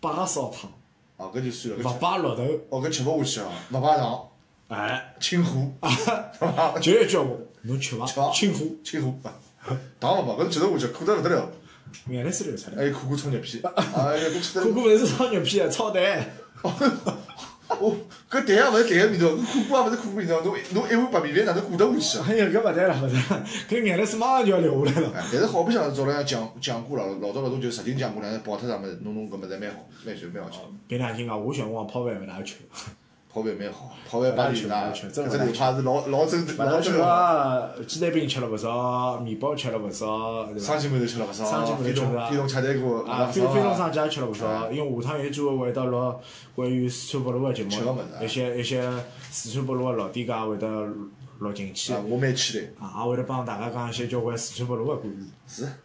Speaker 2: 白鸭烧汤，
Speaker 3: 哦，搿就算了，搿
Speaker 2: 勿
Speaker 3: 吃
Speaker 2: 摆绿豆，
Speaker 3: 哦，搿吃勿下去啊，勿排糖，
Speaker 2: 哎，
Speaker 3: 清火，对伐？
Speaker 2: 就一句话，侬吃伐
Speaker 3: 啊吃伐？？
Speaker 2: 清火，
Speaker 3: 清火， 糖勿排，搿吃得下去，苦得勿得了，
Speaker 2: 眼泪水流出来。
Speaker 3: 还有苦苦冲热 屁，哎呀，搿吃得
Speaker 2: 可，可勿是炒牛皮，炒蛋，
Speaker 3: 哦，搿蛋也勿是蛋个味道，搿苦瓜也勿是苦个味道，侬侬一碗白米饭哪能过得下去啊？
Speaker 2: 哎呀，搿勿对了，勿对了，搿眼泪水马上就要流下来了。
Speaker 3: 哎，但是好白相，早浪向讲讲过了，老早搿种就实景讲过了，跑脱啥物事，弄弄搿物事蛮好，蛮好，蛮好吃，
Speaker 2: 别良心讲，我小辰光泡饭勿大吃，
Speaker 3: 泡饭蛮好，泡饭摆里
Speaker 2: 勿
Speaker 3: 呢，
Speaker 2: 大吃
Speaker 3: 搿
Speaker 2: 勿大
Speaker 3: 只
Speaker 2: 吃
Speaker 3: 牛排是老老真
Speaker 2: 勿大啊
Speaker 3: 老
Speaker 2: 吃
Speaker 3: 真个，
Speaker 2: 个鸡蛋饼吃了勿少，面包吃了勿少，对伐
Speaker 3: 双？节馒头吃了勿
Speaker 2: 双节
Speaker 3: 少，
Speaker 2: 馒头
Speaker 3: 飞
Speaker 2: 吃
Speaker 3: 龙
Speaker 2: 了
Speaker 3: 飞龙吃蛋糕，
Speaker 2: 啊，
Speaker 3: 勿
Speaker 2: 飞
Speaker 3: 大
Speaker 2: 飞龙
Speaker 3: 少啊
Speaker 2: 上家吃了勿少，因为下趟有机会会得录关于四川北路个节目
Speaker 3: 吃个物事，啊
Speaker 2: 一些一些四川北路个老店家会得录进去，
Speaker 3: 啊
Speaker 2: 啊，
Speaker 3: 我蛮期待。
Speaker 2: 也会得帮大家讲一些交关四川北路个故事。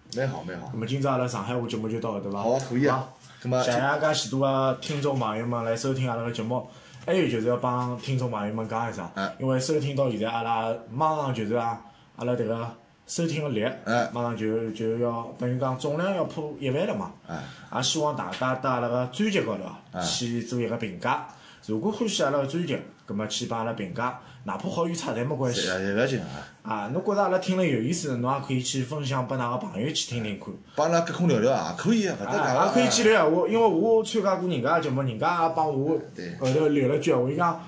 Speaker 3: 是，蛮好蛮好
Speaker 2: 那。么今朝阿拉上海话节目就到搿搭伐？
Speaker 3: 好啊，可以啊。咁么
Speaker 2: 谢谢大家许多个啊听众朋友们来收听阿拉个节目。还有就是要帮听众朋友们讲一声
Speaker 3: 哎，
Speaker 2: 因为收听到现在阿拉马上就是啊，阿拉迭个收听个力
Speaker 3: 哎，
Speaker 2: 马上就就要等于讲总量要破一万了嘛。也啊希望大家对阿拉个专辑高头啊去做一个评价。如果欢喜阿拉个专辑，葛么去帮阿拉评价，哪怕好与差侪没关系
Speaker 3: 哎也不要紧啊，
Speaker 2: 啊。侬觉着阿拉听了有意思，侬也可以去分享拨㑚个朋友去听听看。
Speaker 3: 帮阿拉隔空聊聊啊，可以啊，勿得
Speaker 2: 啊，也可以去聊闲话，因为我参加过人家个节目，人家也帮我
Speaker 3: 对
Speaker 2: 后头留了句闲话，伊讲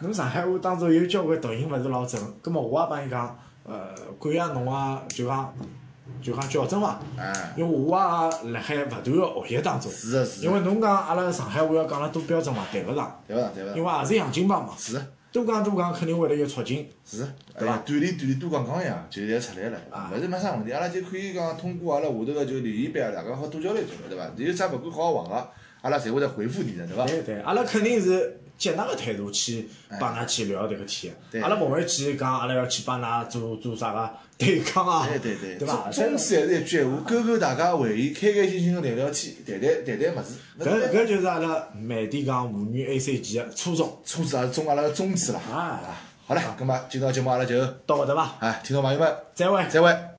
Speaker 2: 侬上海话当中有交关读音勿是老准，葛末我也帮伊讲，呃，感谢侬啊，就讲就讲矫正伐，
Speaker 3: 哎
Speaker 2: 因为我也辣海勿断个学习当中，
Speaker 3: 是的是的
Speaker 2: 因为侬讲阿拉上海话要讲了多标准嘛，谈勿上，
Speaker 3: 对伐？对伐？
Speaker 2: 因为也是洋泾浜嘛，
Speaker 3: 是
Speaker 2: 多讲多讲肯定会得有促进，
Speaker 3: 是，哎
Speaker 2: 对伐
Speaker 3: 呀，锻炼锻炼多讲讲呀，就侪出来了
Speaker 2: 啊，
Speaker 3: 勿是没啥问题，阿拉就可以讲通过阿拉下头个就联谊班，大家好多交流交流，对伐？有啥勿管好坏个，阿拉侪会得回复你的，对伐？
Speaker 2: 对对，阿拉肯定是接纳个态度去帮㑚去聊迭个天
Speaker 3: 哎对
Speaker 2: 阿拉勿会去讲阿拉要去帮㑚做做啥个对抗啊，
Speaker 3: 哎对对对，
Speaker 2: 对伐？
Speaker 3: 终
Speaker 2: 搿
Speaker 3: 终归还是一句闲话，勾勾大家回忆，开开心心个聊聊天，谈谈谈谈物事。那
Speaker 2: 搿就是阿拉慢点讲妇女 A C G 个初衷
Speaker 3: 车子也啊是中阿拉个宗旨啦。
Speaker 2: 啊，
Speaker 3: 好了，葛末今朝节目阿拉就，
Speaker 2: 到搿搭伐？
Speaker 3: 啊哎，听众朋友们，
Speaker 2: 再会。
Speaker 3: 再会。